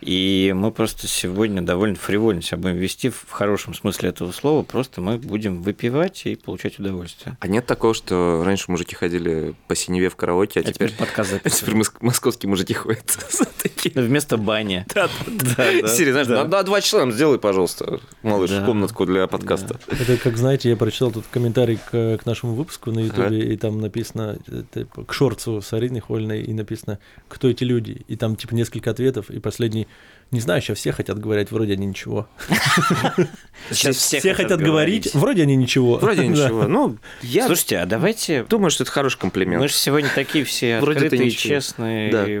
[SPEAKER 4] И мы просто сегодня довольно фривольно себя будем вести в хорошем смысле этого слова. Просто мы будем выпивать и получать удовольствие.
[SPEAKER 3] А нет такого, что раньше мужики ходили по синеве в караоке, а,
[SPEAKER 4] А
[SPEAKER 3] теперь,
[SPEAKER 4] теперь подкаст
[SPEAKER 3] а теперь
[SPEAKER 4] записываем.
[SPEAKER 3] моск- московские мужики ходят за такие.
[SPEAKER 4] Вместо бани.
[SPEAKER 3] Да, да, да. Сири, знаешь, на- на два часа нам сделай, пожалуйста, малыш,
[SPEAKER 4] Да.
[SPEAKER 3] комнатку для подкаста.
[SPEAKER 5] Это как, знаете, я прочитал тут комментарий к, к нашему выпуску на Ютубе, и там написано, э, типа, к Шорцу с Ариной Хольной, и написано, кто эти люди. И там, типа, несколько ответов, и последний, не знаю, сейчас все хотят говорить, вроде они ничего.
[SPEAKER 4] Сейчас
[SPEAKER 5] Все, хотят говорить, вроде они ничего.
[SPEAKER 3] Вроде
[SPEAKER 5] Да.
[SPEAKER 3] ничего. Ну, я
[SPEAKER 4] Слушайте, а давайте...
[SPEAKER 3] думаю, что это хороший
[SPEAKER 4] Мы
[SPEAKER 3] комплимент.
[SPEAKER 4] же сегодня такие все
[SPEAKER 3] Вроде ты
[SPEAKER 4] открытые,
[SPEAKER 3] ничего.
[SPEAKER 4] честные.
[SPEAKER 3] Да.
[SPEAKER 4] и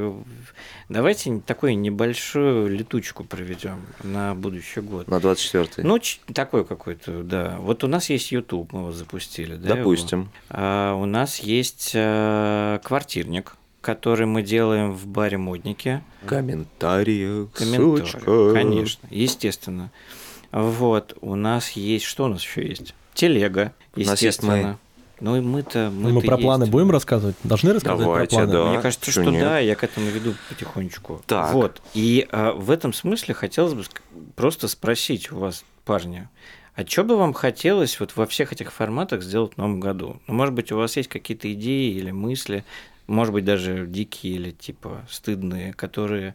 [SPEAKER 4] Давайте такую небольшую летучку проведем на будущий год.
[SPEAKER 3] На 24-й.
[SPEAKER 4] Ну, ч- такой какой-то, да. Вот у нас есть YouTube, мы его запустили, да? его?
[SPEAKER 3] допустим.
[SPEAKER 4] А, у нас есть э, квартирник, который мы делаем в баре модники.
[SPEAKER 3] Комментарии,
[SPEAKER 4] Комментарий,
[SPEAKER 3] ссылочка.
[SPEAKER 4] Конечно, естественно. Вот, у нас есть. Что у нас еще есть? Телега,
[SPEAKER 3] У нас есть
[SPEAKER 4] естественно.
[SPEAKER 3] мы.
[SPEAKER 4] Ну и мы-то.
[SPEAKER 5] Ну,
[SPEAKER 4] Мы,
[SPEAKER 5] Мы про планы будем рассказывать? Должны рассказывать про
[SPEAKER 3] Давайте,
[SPEAKER 5] планы?
[SPEAKER 3] да.
[SPEAKER 4] Мне кажется,
[SPEAKER 3] Чё
[SPEAKER 4] что
[SPEAKER 3] нет?
[SPEAKER 4] да, я к этому веду потихонечку.
[SPEAKER 3] Так.
[SPEAKER 4] Вот. И а, в этом смысле хотелось бы ск- просто спросить у вас, парни, а что бы вам хотелось вот во всех этих форматах сделать в новом году? Ну, может быть, у вас есть какие-то идеи или мысли, может быть, даже дикие или типа стыдные, которые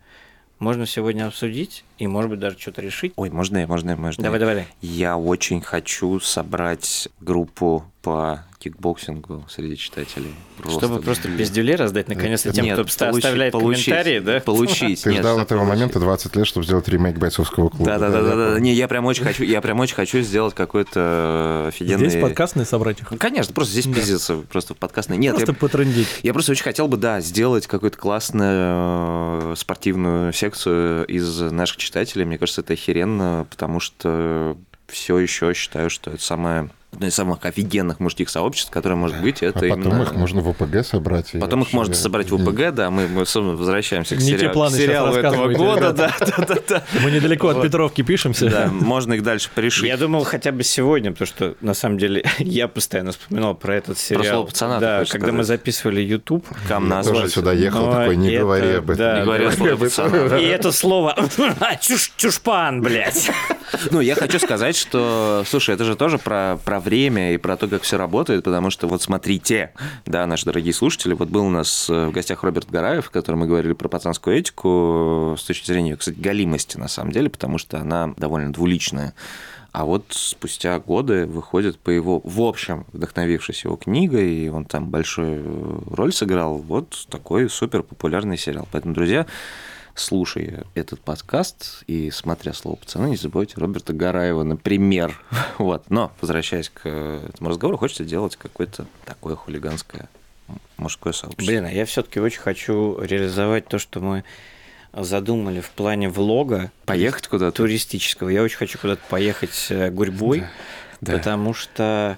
[SPEAKER 4] можно сегодня обсудить и, может быть, даже что-то решить.
[SPEAKER 3] Ой, можно я, можно я, можно я?
[SPEAKER 4] Давай, давай.
[SPEAKER 3] Я очень хочу собрать группу по кикбоксингу среди читателей.
[SPEAKER 4] Чтобы просто пиздюле раздать наконец-то тем,
[SPEAKER 3] Нет,
[SPEAKER 4] кто обста-
[SPEAKER 3] получить-
[SPEAKER 4] оставляет
[SPEAKER 3] получить,
[SPEAKER 4] комментарии, да?
[SPEAKER 3] Получить.
[SPEAKER 2] Ты
[SPEAKER 3] нет,
[SPEAKER 2] ждал
[SPEAKER 3] чтобы
[SPEAKER 2] этого
[SPEAKER 3] получить.
[SPEAKER 2] момента 20 лет, чтобы сделать ремейк бойцовского клуба.
[SPEAKER 3] Да, да, да,
[SPEAKER 2] я
[SPEAKER 3] да, да.
[SPEAKER 2] помню.
[SPEAKER 3] Не, я прям очень хочу, я прям очень хочу сделать какой-то офигенный.
[SPEAKER 5] Здесь подкастные собрать их?
[SPEAKER 3] Ну, конечно, просто здесь
[SPEAKER 5] Да.
[SPEAKER 3] пиздиться, просто подкастный. Нет,
[SPEAKER 5] Просто
[SPEAKER 3] я,
[SPEAKER 5] потрындеть.
[SPEAKER 3] я просто очень хотел бы, да, сделать какую-то классную э, спортивную секцию из наших читателей. Мне кажется, это охеренно, потому что все еще считаю, что это самое одно из самых офигенных мужских сообществ, которое может быть,
[SPEAKER 2] А
[SPEAKER 3] это
[SPEAKER 2] потом
[SPEAKER 3] именно...
[SPEAKER 2] их можно в ОПГ собрать. и
[SPEAKER 3] Потом их
[SPEAKER 2] вообще-
[SPEAKER 3] можно собрать в ОПГ, да, мы, мы собственно, возвращаемся к,
[SPEAKER 5] Не те
[SPEAKER 3] сериалу- к
[SPEAKER 5] планы сейчас
[SPEAKER 3] сериалу этого
[SPEAKER 5] рассказываете,
[SPEAKER 3] года, да, да, да, да.
[SPEAKER 5] Мы недалеко от
[SPEAKER 3] Вот.
[SPEAKER 5] Петровки пишемся.
[SPEAKER 3] Да, можно их дальше порешить.
[SPEAKER 4] Я думал хотя бы сегодня, потому что на самом деле я постоянно вспоминал про этот сериал.
[SPEAKER 3] слово пацана», ты
[SPEAKER 4] Да,
[SPEAKER 3] хочешь
[SPEAKER 4] когда мы
[SPEAKER 3] сказать?
[SPEAKER 4] записывали YouTube.
[SPEAKER 3] Кам
[SPEAKER 2] Я
[SPEAKER 3] нас
[SPEAKER 2] тоже
[SPEAKER 3] вот.
[SPEAKER 2] сюда ехал,
[SPEAKER 4] Но
[SPEAKER 2] такой, не
[SPEAKER 4] это-
[SPEAKER 2] говори об этом.
[SPEAKER 4] да,
[SPEAKER 3] Не говори о слове пацана.
[SPEAKER 4] И это слово «Чуш- чушпан, блядь.
[SPEAKER 3] Ну, я хочу сказать, что, слушай, это же тоже про, про время и про то, как все работает, потому что вот смотрите, да, наши дорогие слушатели, вот был у нас э, в гостях Роберт Гараев, с которым мы говорили про пацанскую этику э, с точки зрения, кстати, галимости на самом деле, потому что она довольно двуличная. А вот спустя годы выходит по его, в общем, вдохновившись его книгой, и он там большую роль сыграл, вот такой супер популярный сериал. Поэтому, друзья, слушая этот подкаст и смотря слово пацаны, не забывайте Роберта Гараева, например. Вот. Но, возвращаясь к э, этому разговору, хочется делать какое-то такое хулиганское м- мужское сообщество.
[SPEAKER 4] Блин, а я все-таки очень хочу реализовать то, что мы задумали в плане влога
[SPEAKER 3] Поехать куда-то?
[SPEAKER 4] туристического. Я очень хочу куда-то поехать э, гурьбой,
[SPEAKER 3] Да, да.
[SPEAKER 4] потому что,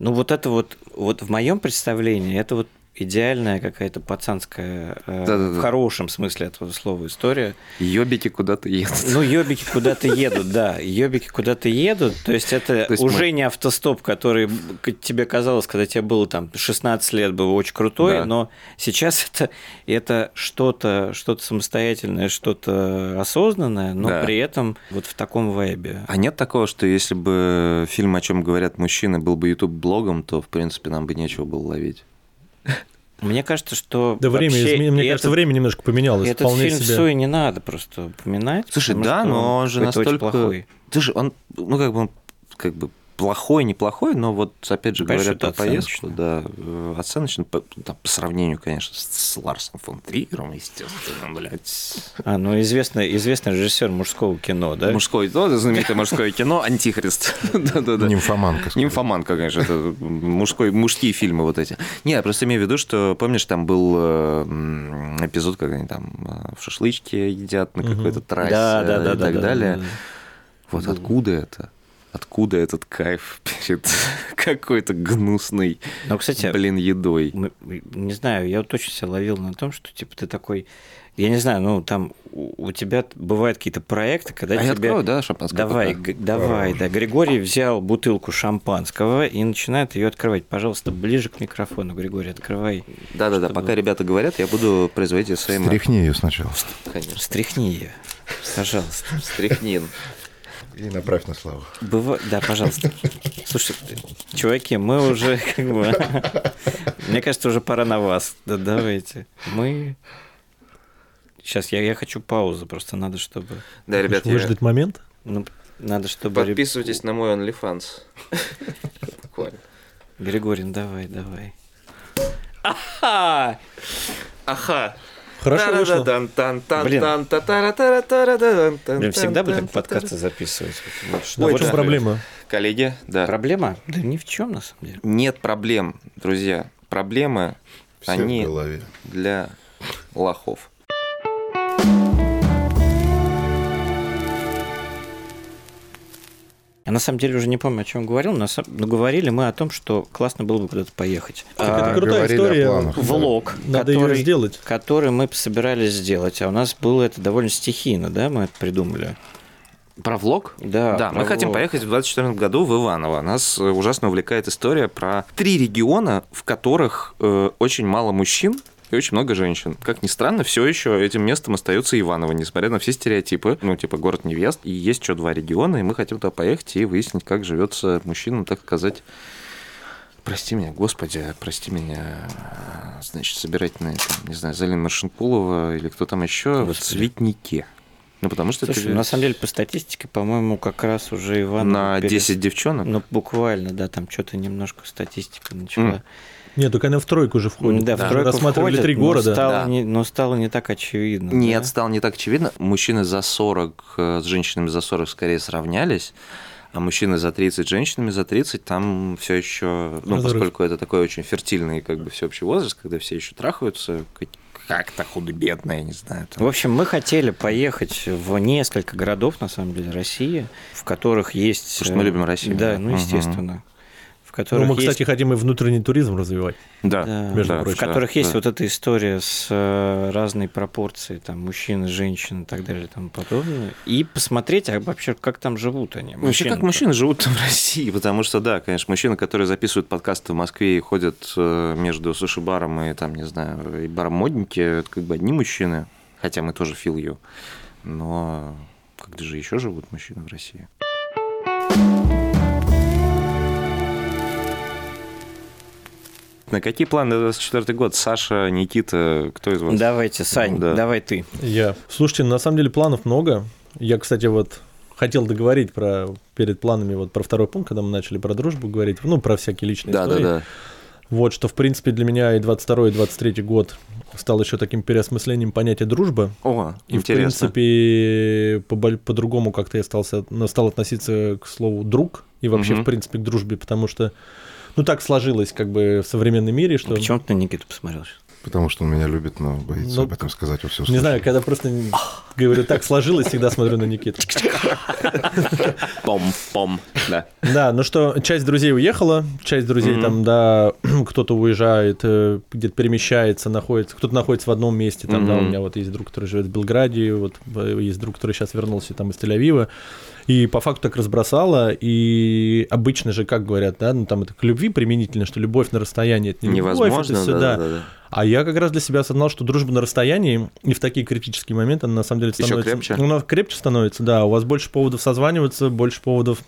[SPEAKER 4] ну вот это вот, вот в моем представлении, это вот идеальная какая-то пацанская, э,
[SPEAKER 3] Да-да-да.
[SPEAKER 4] в хорошем смысле этого слова история.
[SPEAKER 3] Ёбики куда-то едут.
[SPEAKER 4] Ну, ёбики куда-то едут, да. Ёбики куда-то едут. То есть это
[SPEAKER 3] То есть
[SPEAKER 4] уже
[SPEAKER 3] мы-
[SPEAKER 4] не автостоп, который к- тебе казалось, когда тебе было там 16 лет, был очень крутой,
[SPEAKER 3] Да.
[SPEAKER 4] но сейчас это, это что-то что самостоятельное, что-то осознанное, но
[SPEAKER 3] Да.
[SPEAKER 4] при этом вот в таком вайбе.
[SPEAKER 3] А нет такого, что если бы фильм «О чем говорят мужчины» был бы YouTube-блогом, то, в принципе, нам бы нечего было ловить.
[SPEAKER 4] Мне кажется, что
[SPEAKER 5] Да время,
[SPEAKER 4] вообще
[SPEAKER 5] изме- мне кажется,
[SPEAKER 4] этот-
[SPEAKER 5] время немножко поменялось.
[SPEAKER 4] этот
[SPEAKER 5] вполне
[SPEAKER 4] фильм
[SPEAKER 5] себе.
[SPEAKER 4] Суи не надо просто упоминать.
[SPEAKER 3] Слушай,
[SPEAKER 4] потому
[SPEAKER 3] да,
[SPEAKER 4] что
[SPEAKER 3] но он же
[SPEAKER 4] какой-то очень
[SPEAKER 3] настолько-
[SPEAKER 4] плохой.
[SPEAKER 3] Ты же, он, ну, как бы, он, как бы плохой, неплохой, но вот, опять же,
[SPEAKER 4] Конечно,
[SPEAKER 3] говоря про
[SPEAKER 4] это
[SPEAKER 3] поездку, да, э, оценочно, по, да, по сравнению, конечно, с, с Ларсом фон Триером, естественно, блядь.
[SPEAKER 4] А, ну известный, известный режиссер мужского кино, да?
[SPEAKER 3] Мужское, ну, знаменитое мужское кино, Антихрист. Да-да-да.
[SPEAKER 2] Нимфоманка. скажем.
[SPEAKER 3] Нимфоманка, конечно, это мужской, мужские фильмы вот эти. Не, я просто имею в виду, что, помнишь, там был э, м, эпизод, когда они там э, в шашлычке едят на
[SPEAKER 5] Мгм.
[SPEAKER 3] какой-то трассе
[SPEAKER 4] Да, да, да,
[SPEAKER 3] и
[SPEAKER 4] да,
[SPEAKER 3] так
[SPEAKER 4] да,
[SPEAKER 3] далее.
[SPEAKER 4] да, да.
[SPEAKER 3] Вот
[SPEAKER 4] Ну.
[SPEAKER 3] откуда это? Откуда этот кайф перед какой-то гнусной,
[SPEAKER 4] Но, Ну, кстати,
[SPEAKER 3] блин, едой?
[SPEAKER 4] Мы- Не знаю, я вот точно себя ловил на том, что типа ты такой, я не знаю, ну там у, у тебя бывают какие-то проекты, когда
[SPEAKER 3] А я
[SPEAKER 4] тебе...
[SPEAKER 3] открою, да, шампанское?
[SPEAKER 4] Давай,
[SPEAKER 3] пока?
[SPEAKER 4] г- давай, да. Григорий взял бутылку шампанского и начинает ее открывать. Пожалуйста, ближе к микрофону, Григорий, открывай.
[SPEAKER 3] Да-да-да,
[SPEAKER 4] чтобы-
[SPEAKER 3] пока ребята говорят, я буду производить своим...
[SPEAKER 2] Тряхни ее сначала.
[SPEAKER 3] Конечно.
[SPEAKER 4] Стряхни ее. Пожалуйста.
[SPEAKER 3] Стряхнин.
[SPEAKER 2] И направь на славу.
[SPEAKER 4] Быва- Да, пожалуйста. Слушайте, чуваки, мы уже как бы... Мне кажется, уже пора на вас. Да давайте. Мы... Сейчас я, я хочу паузу, просто надо, чтобы...
[SPEAKER 3] Да, ребят, я-
[SPEAKER 5] Выждать момент?
[SPEAKER 4] Ну, надо, чтобы... Реб-
[SPEAKER 3] подписывайтесь на мой OnlyFans. Буквально.
[SPEAKER 4] Григорин, давай, давай. Аха!
[SPEAKER 3] Аха.
[SPEAKER 5] Хорошо вышло.
[SPEAKER 4] Блин. Блин, всегда
[SPEAKER 3] Всегда
[SPEAKER 4] бы так подкасты записывать. Вот, что-
[SPEAKER 5] Да,
[SPEAKER 3] Ну, Ой,
[SPEAKER 5] в чем
[SPEAKER 3] да.
[SPEAKER 5] проблема?
[SPEAKER 3] Коллеги, да.
[SPEAKER 4] Проблема? Да ни в чем, на самом деле.
[SPEAKER 3] Нет проблем, друзья. Проблемы,
[SPEAKER 2] Все в
[SPEAKER 3] они
[SPEAKER 2] голове.
[SPEAKER 3] для лохов.
[SPEAKER 4] Я на самом деле уже не помню, о чем говорил, но, сам- но говорили мы о том, что классно было бы куда-то поехать.
[SPEAKER 5] Так это
[SPEAKER 4] А,
[SPEAKER 5] крутая
[SPEAKER 2] говорили о
[SPEAKER 5] история.
[SPEAKER 2] планах.
[SPEAKER 4] влог,
[SPEAKER 5] Надо
[SPEAKER 4] который,
[SPEAKER 5] ее сделать.
[SPEAKER 4] который мы собирались сделать, а у нас было это довольно стихийно, да, мы это придумали.
[SPEAKER 3] Про влог?
[SPEAKER 4] Да,
[SPEAKER 3] Да,
[SPEAKER 4] про
[SPEAKER 3] мы хотим
[SPEAKER 4] влог.
[SPEAKER 3] поехать в 24 году в Иваново. Нас э, ужасно увлекает история про три региона, в которых э, очень мало мужчин и очень много женщин. Как ни странно, все еще этим местом остается Иваново, несмотря на все стереотипы. Ну, типа город невест, и есть еще два региона, и мы хотим туда поехать и выяснить, как живется мужчинам, так сказать, Прости меня, господи, прости меня, э, значит, собирательные, там, не знаю, Залина Маршинкулова или кто там еще, в
[SPEAKER 4] Господи.
[SPEAKER 3] цветнике. Ну, потому что
[SPEAKER 4] Слушай,
[SPEAKER 3] это
[SPEAKER 4] на самом деле по статистике, по-моему, как раз уже Иван...
[SPEAKER 3] на
[SPEAKER 4] перес-
[SPEAKER 3] 10 девчонок.
[SPEAKER 4] Ну, буквально, да, там что-то немножко статистика начала.
[SPEAKER 5] Нет, только она в тройку уже входит.
[SPEAKER 4] Да,
[SPEAKER 5] Мы
[SPEAKER 4] в тройку
[SPEAKER 5] рассматривали
[SPEAKER 4] входит,
[SPEAKER 5] три города.
[SPEAKER 4] Но стало,
[SPEAKER 3] Да.
[SPEAKER 4] не, но стало не так очевидно.
[SPEAKER 3] Нет,
[SPEAKER 4] да?
[SPEAKER 3] стало не так очевидно. Мужчины за 40 э, с женщинами за 40 скорее сравнялись, а мужчины за 30 с женщинами за 30 там все еще, ну,
[SPEAKER 5] Разрыв.
[SPEAKER 3] поскольку это такой очень фертильный как бы всеобщий возраст, когда все еще трахаются, как- как-то худо-бедно, я не знаю. там.
[SPEAKER 4] В общем, мы хотели поехать в несколько городов, на самом деле, России, в которых есть...
[SPEAKER 3] Потому что мы
[SPEAKER 4] э,
[SPEAKER 3] любим Россию.
[SPEAKER 4] Да, ну,
[SPEAKER 3] Мгм.
[SPEAKER 4] естественно. В
[SPEAKER 5] Ну,
[SPEAKER 4] которых
[SPEAKER 5] мы,
[SPEAKER 4] есть
[SPEAKER 5] кстати, хотим и внутренний туризм развивать.
[SPEAKER 3] Да,
[SPEAKER 5] между
[SPEAKER 3] да,
[SPEAKER 5] прочим.
[SPEAKER 4] в которых есть
[SPEAKER 3] да.
[SPEAKER 4] вот эта история с э, разной пропорцией там мужчин, женщин и так далее и тому подобное. И посмотреть а вообще, как там живут они.
[SPEAKER 3] Ну, Вообще, как мужчины живут в России? Потому что, да, конечно, мужчины, которые записывают подкасты в Москве и ходят э, между суши-баром и, там, не знаю, и баром модники, это как бы одни мужчины, хотя мы тоже feel you. Но как же еще живут мужчины в России? На какие планы на 24 год? Саша, Никита, кто из вас?
[SPEAKER 4] Давайте, Сань,
[SPEAKER 3] Да.
[SPEAKER 4] давай ты.
[SPEAKER 5] Я. Слушайте, на самом деле планов много. Я, кстати, вот хотел договорить про перед планами вот про второй пункт, когда мы начали про дружбу говорить, ну, про всякие личные
[SPEAKER 3] да, да,
[SPEAKER 5] истории.
[SPEAKER 3] да.
[SPEAKER 5] Вот, что, в принципе, для меня и 22 и 23 год стал еще таким переосмыслением понятия дружба.
[SPEAKER 3] О,
[SPEAKER 5] И,
[SPEAKER 3] интересно.
[SPEAKER 5] в принципе, поболь- по-другому как-то я стал, со- ну, стал относиться к слову «друг» и вообще,
[SPEAKER 3] Мгм.
[SPEAKER 5] в принципе, к дружбе, потому что, ну, так сложилось как бы в современном мире,
[SPEAKER 3] А
[SPEAKER 5] что...
[SPEAKER 4] Почему ты на Никиту посмотрел сейчас?
[SPEAKER 2] Потому что он меня любит, но боится
[SPEAKER 5] Ну,
[SPEAKER 2] об этом сказать во всю
[SPEAKER 5] Не знаю, когда просто н- говорю, так сложилось, всегда смотрю на Никиту.
[SPEAKER 3] Пом-пом. Да.
[SPEAKER 5] Да, ну что, часть друзей уехала, часть друзей
[SPEAKER 3] Мгм.
[SPEAKER 5] там, да, кто-то уезжает, э, где-то перемещается, находится, кто-то находится в одном месте, там, да, у
[SPEAKER 3] Мгм.
[SPEAKER 5] меня вот есть друг, который живет в Белграде, вот э, есть друг, который сейчас вернулся там из Тель-Авива, и по факту так разбросала, и обычно же, как говорят, да, ну там это к любви применительно, что любовь на расстоянии, это не любовь, это
[SPEAKER 3] Невозможно,
[SPEAKER 5] всё,
[SPEAKER 3] да,
[SPEAKER 5] да.
[SPEAKER 3] да, да, да.
[SPEAKER 5] А я как раз для себя осознал, что дружба на расстоянии и в такие критические моменты она на самом деле
[SPEAKER 3] Ещё
[SPEAKER 5] становится...
[SPEAKER 3] крепче?
[SPEAKER 5] Ну, Она крепче становится, да. У вас больше поводов созваниваться, больше поводов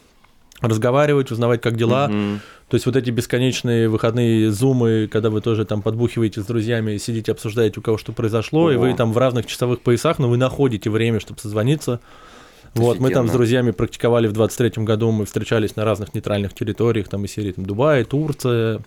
[SPEAKER 5] разговаривать, узнавать, как дела.
[SPEAKER 3] Мгм.
[SPEAKER 5] То есть вот эти бесконечные выходные зумы, когда вы тоже там подбухиваете с друзьями, сидите, обсуждаете, у кого что произошло, и
[SPEAKER 3] О.
[SPEAKER 5] вы там в разных часовых поясах, но вы находите время, чтобы созвониться. Вот, мы там
[SPEAKER 3] Офигенно.
[SPEAKER 5] с друзьями практиковали в 23-м году, мы встречались на разных нейтральных территориях, там из серии там, Дубай, Турция,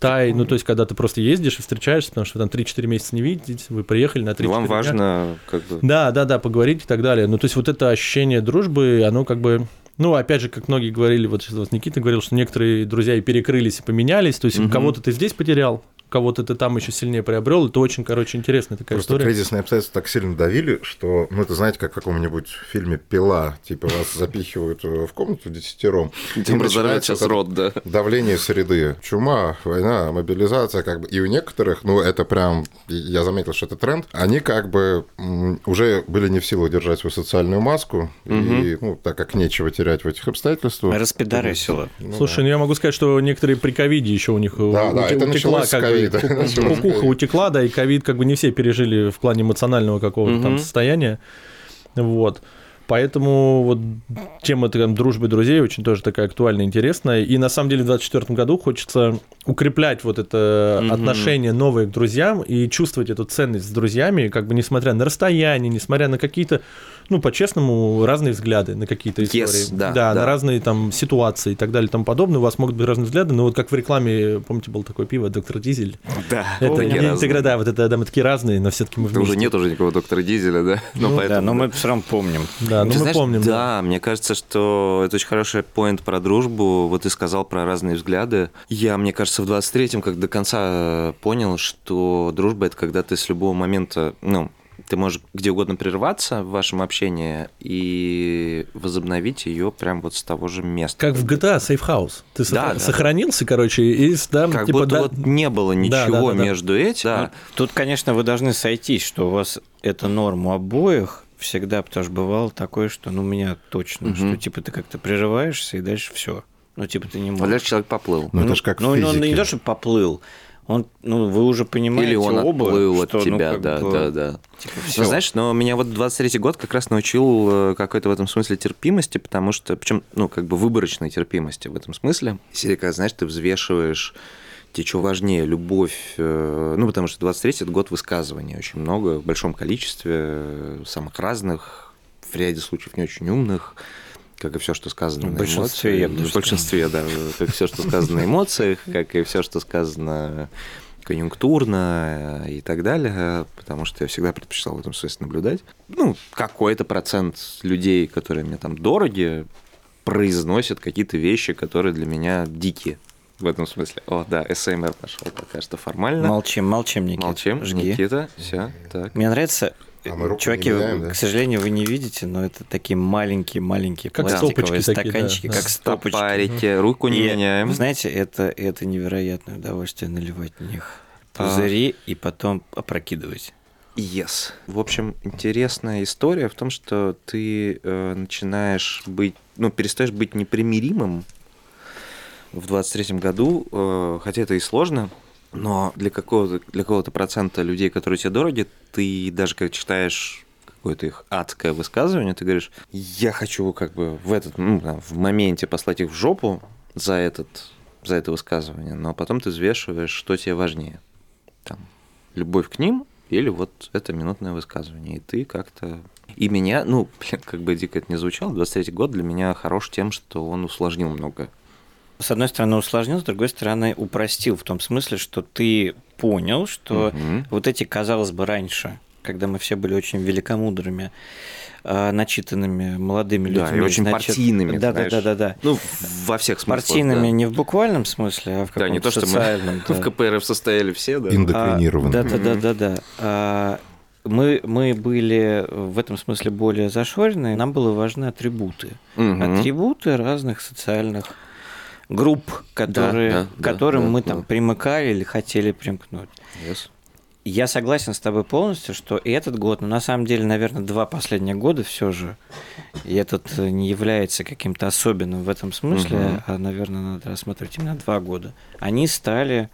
[SPEAKER 5] Тай, ну, то есть, когда ты просто ездишь и встречаешься, потому что вы там 3-4 месяца не видитесь, вы приехали на 3-4
[SPEAKER 3] Вам
[SPEAKER 5] дня.
[SPEAKER 3] важно, как бы.
[SPEAKER 5] Да, да, да, поговорить и так далее. Ну, то есть вот это ощущение дружбы, оно как бы... Ну, опять же, как многие говорили, вот сейчас вот Никита говорил, что некоторые друзья и перекрылись, и поменялись. То есть
[SPEAKER 3] Мгм.
[SPEAKER 5] кого-то ты здесь потерял, кого-то ты там еще сильнее приобрел. Это очень, короче, интересная такая
[SPEAKER 2] Просто
[SPEAKER 5] история.
[SPEAKER 2] кризисные обстоятельства так сильно давили, что, ну, это, знаете, как в каком-нибудь фильме «Пила», типа вас запихивают э, в комнату десятером,
[SPEAKER 3] Тем
[SPEAKER 2] И
[SPEAKER 3] разорвет
[SPEAKER 2] начинается
[SPEAKER 3] сейчас
[SPEAKER 2] вот это
[SPEAKER 3] рот, да.
[SPEAKER 2] давление среды, чума, война, мобилизация, как бы, и у некоторых, ну, это прям, я заметил, что это тренд, они как бы м, уже были не в силу держать свою социальную маску, и, ну, так как нечего терять в этих обстоятельствах.
[SPEAKER 4] Распидорасила.
[SPEAKER 2] ну,
[SPEAKER 5] Слушай, ну я могу сказать, что некоторые при ковиде еще у них э,
[SPEAKER 2] Да, да,
[SPEAKER 5] уте-
[SPEAKER 2] это
[SPEAKER 5] утекла,
[SPEAKER 2] началось с
[SPEAKER 5] как бы,
[SPEAKER 2] ковида.
[SPEAKER 5] ку-
[SPEAKER 2] Началось с
[SPEAKER 5] кукуха
[SPEAKER 2] ковида.
[SPEAKER 5] утекла, да, и ковид как бы не все пережили в плане эмоционального какого-то там
[SPEAKER 3] Мгм.
[SPEAKER 5] состояния. Вот. Поэтому вот тема там, дружбы друзей очень тоже такая актуальная, интересная. И на самом деле в 2024 году хочется укреплять вот это
[SPEAKER 3] Мгм.
[SPEAKER 5] отношение новое к друзьям и чувствовать эту ценность с друзьями, как бы несмотря на расстояние, несмотря на какие-то, ну, по-честному, разные взгляды на какие-то
[SPEAKER 3] Yes,
[SPEAKER 5] истории.
[SPEAKER 3] да, да.
[SPEAKER 5] на разные там ситуации и так далее и тому подобное. У вас могут быть разные взгляды, но вот как в рекламе, помните, был такое пиво «Доктор Дизель».
[SPEAKER 3] Да,
[SPEAKER 5] Это
[SPEAKER 3] такие
[SPEAKER 5] не
[SPEAKER 3] разные.
[SPEAKER 5] интегра- да, вот это, да, мы такие разные, но все-таки мы
[SPEAKER 3] Да
[SPEAKER 5] вместе.
[SPEAKER 3] уже нет уже никакого доктора Дизеля, да?
[SPEAKER 5] Ну
[SPEAKER 4] Да,
[SPEAKER 3] Но Ну, поэтому-
[SPEAKER 4] но мы все равно помним.
[SPEAKER 5] Да, ну
[SPEAKER 3] А Ты
[SPEAKER 5] мы
[SPEAKER 3] знаешь,
[SPEAKER 5] помним.
[SPEAKER 3] Да, мне кажется, что это очень хороший поинт про дружбу. Вот ты сказал про разные взгляды. Я, мне кажется, в 23-м как до конца э, понял, что дружба — это когда ты с любого момента, ну, ты можешь где угодно прерваться в вашем общении и возобновить ее прям вот с того же места.
[SPEAKER 5] Как в GTA Safe House. Ты
[SPEAKER 3] Да,
[SPEAKER 5] сохра-
[SPEAKER 3] да.
[SPEAKER 5] сохранился, короче, и с- там
[SPEAKER 3] Как
[SPEAKER 5] типа
[SPEAKER 3] будто
[SPEAKER 5] да-
[SPEAKER 3] вот не было ничего
[SPEAKER 5] да, да.
[SPEAKER 3] между этим. Да.
[SPEAKER 4] Ну, Тут, конечно, вы должны сойтись, что у вас это норма обоих всегда, потому что бывало такое, что ну у меня точно,
[SPEAKER 3] Мгм.
[SPEAKER 4] что типа ты как-то прерываешься и дальше все. Ну, типа ты не
[SPEAKER 3] А
[SPEAKER 4] можешь.
[SPEAKER 3] дальше человек поплыл.
[SPEAKER 2] Ну, это ж как в
[SPEAKER 4] ну, он не
[SPEAKER 2] физике.
[SPEAKER 4] то, что поплыл, он, ну, вы уже понимаете
[SPEAKER 3] Или он
[SPEAKER 4] оба,
[SPEAKER 3] отплыл от
[SPEAKER 4] что, ну,
[SPEAKER 3] тебя,
[SPEAKER 4] как
[SPEAKER 3] да,
[SPEAKER 4] бы,
[SPEAKER 3] да, да.
[SPEAKER 4] типа,
[SPEAKER 3] Ну,
[SPEAKER 4] всё.
[SPEAKER 3] знаешь, но меня вот 23-й год как раз научил э, какой-то в этом смысле терпимости, потому что, причем, ну, как бы выборочной терпимости в этом смысле. Серика, знаешь, ты взвешиваешь тебе что важнее, любовь, э, ну, потому что 23-й это год высказываний очень много, в большом количестве, э, самых разных, в ряде случаев не очень умных, как и все, что сказано
[SPEAKER 4] В
[SPEAKER 3] на
[SPEAKER 4] большинстве, я бы
[SPEAKER 3] эмоциях.
[SPEAKER 4] даже
[SPEAKER 3] В большинстве, да. Как все, что сказано на эмоциях, как и все, что сказано конъюнктурно э, и так далее, потому что я всегда предпочитал в этом смысле наблюдать. Ну, какой-то процент людей, которые мне там дороги, произносят какие-то вещи, которые для меня дикие. В этом смысле. О, да, СМР нашел пока что формально.
[SPEAKER 4] Молчим, молчим, Никита.
[SPEAKER 3] Молчим.
[SPEAKER 4] Жги.
[SPEAKER 3] Никита, все, так.
[SPEAKER 4] Мне нравится, э,
[SPEAKER 2] А мы руку не
[SPEAKER 4] чуваки,
[SPEAKER 2] меняем,
[SPEAKER 4] вы,
[SPEAKER 2] да?
[SPEAKER 4] к сожалению, вы не видите, но это такие маленькие-маленькие
[SPEAKER 5] Как
[SPEAKER 4] пластиковые
[SPEAKER 5] стопочки такие, да,
[SPEAKER 4] стаканчики,
[SPEAKER 5] да.
[SPEAKER 4] как стопочки.
[SPEAKER 3] Стопарите, руку не
[SPEAKER 4] И,
[SPEAKER 3] меняем.
[SPEAKER 4] Вы знаете, это, это невероятное удовольствие наливать в них пузыри и потом опрокидывать.
[SPEAKER 3] Yes. В общем, интересная история в том, что ты э, начинаешь быть, ну, перестаешь быть непримиримым в 23-м году, э, хотя это и сложно, но для какого-то для какого-то процента людей, которые тебе дороги, ты даже как читаешь какое-то их адское высказывание, ты говоришь, я хочу как бы в этот, ну, там, в моменте послать их в жопу за этот, за это высказывание, но потом ты взвешиваешь, что тебе важнее. Там, любовь к ним или вот это минутное высказывание. И ты как-то... И меня, ну, блин, как бы дико это не звучало, 23-й год для меня хорош тем, что он усложнил много.
[SPEAKER 4] С одной стороны, усложнил, с другой стороны, упростил в том смысле, что ты понял, что
[SPEAKER 3] Мгм.
[SPEAKER 4] вот эти, казалось бы, раньше, когда мы все были очень великомудрыми, а, начитанными молодыми
[SPEAKER 3] Да,
[SPEAKER 4] людьми.
[SPEAKER 3] и очень
[SPEAKER 4] значит,
[SPEAKER 3] партийными,
[SPEAKER 4] Да, да,
[SPEAKER 3] знаешь.
[SPEAKER 4] да, да, да.
[SPEAKER 3] Ну, в- во всех смыслах.
[SPEAKER 4] Партийными
[SPEAKER 3] да.
[SPEAKER 4] не в буквальном смысле, а в
[SPEAKER 3] Да,
[SPEAKER 4] каком-то
[SPEAKER 3] не то, что
[SPEAKER 4] социальном.
[SPEAKER 3] мы в
[SPEAKER 4] да. А,
[SPEAKER 3] КПРФ состояли все, да.
[SPEAKER 2] Индокринированный.
[SPEAKER 4] Да, да, да, да, да. А, мы, мы были в этом смысле более зашоренные. Нам было важны атрибуты.
[SPEAKER 3] Мгм.
[SPEAKER 4] Атрибуты разных социальных групп, которые,
[SPEAKER 3] да,
[SPEAKER 4] к
[SPEAKER 3] да,
[SPEAKER 4] которым
[SPEAKER 3] да,
[SPEAKER 4] мы
[SPEAKER 3] да.
[SPEAKER 4] там примыкали или хотели примкнуть.
[SPEAKER 3] Yes.
[SPEAKER 4] Я согласен с тобой полностью, что и этот год, но на самом деле, наверное, два последних года все же, и этот э, не является каким-то особенным в этом смысле,
[SPEAKER 3] Мгм.
[SPEAKER 4] а, наверное, надо рассматривать именно два года. Они стали,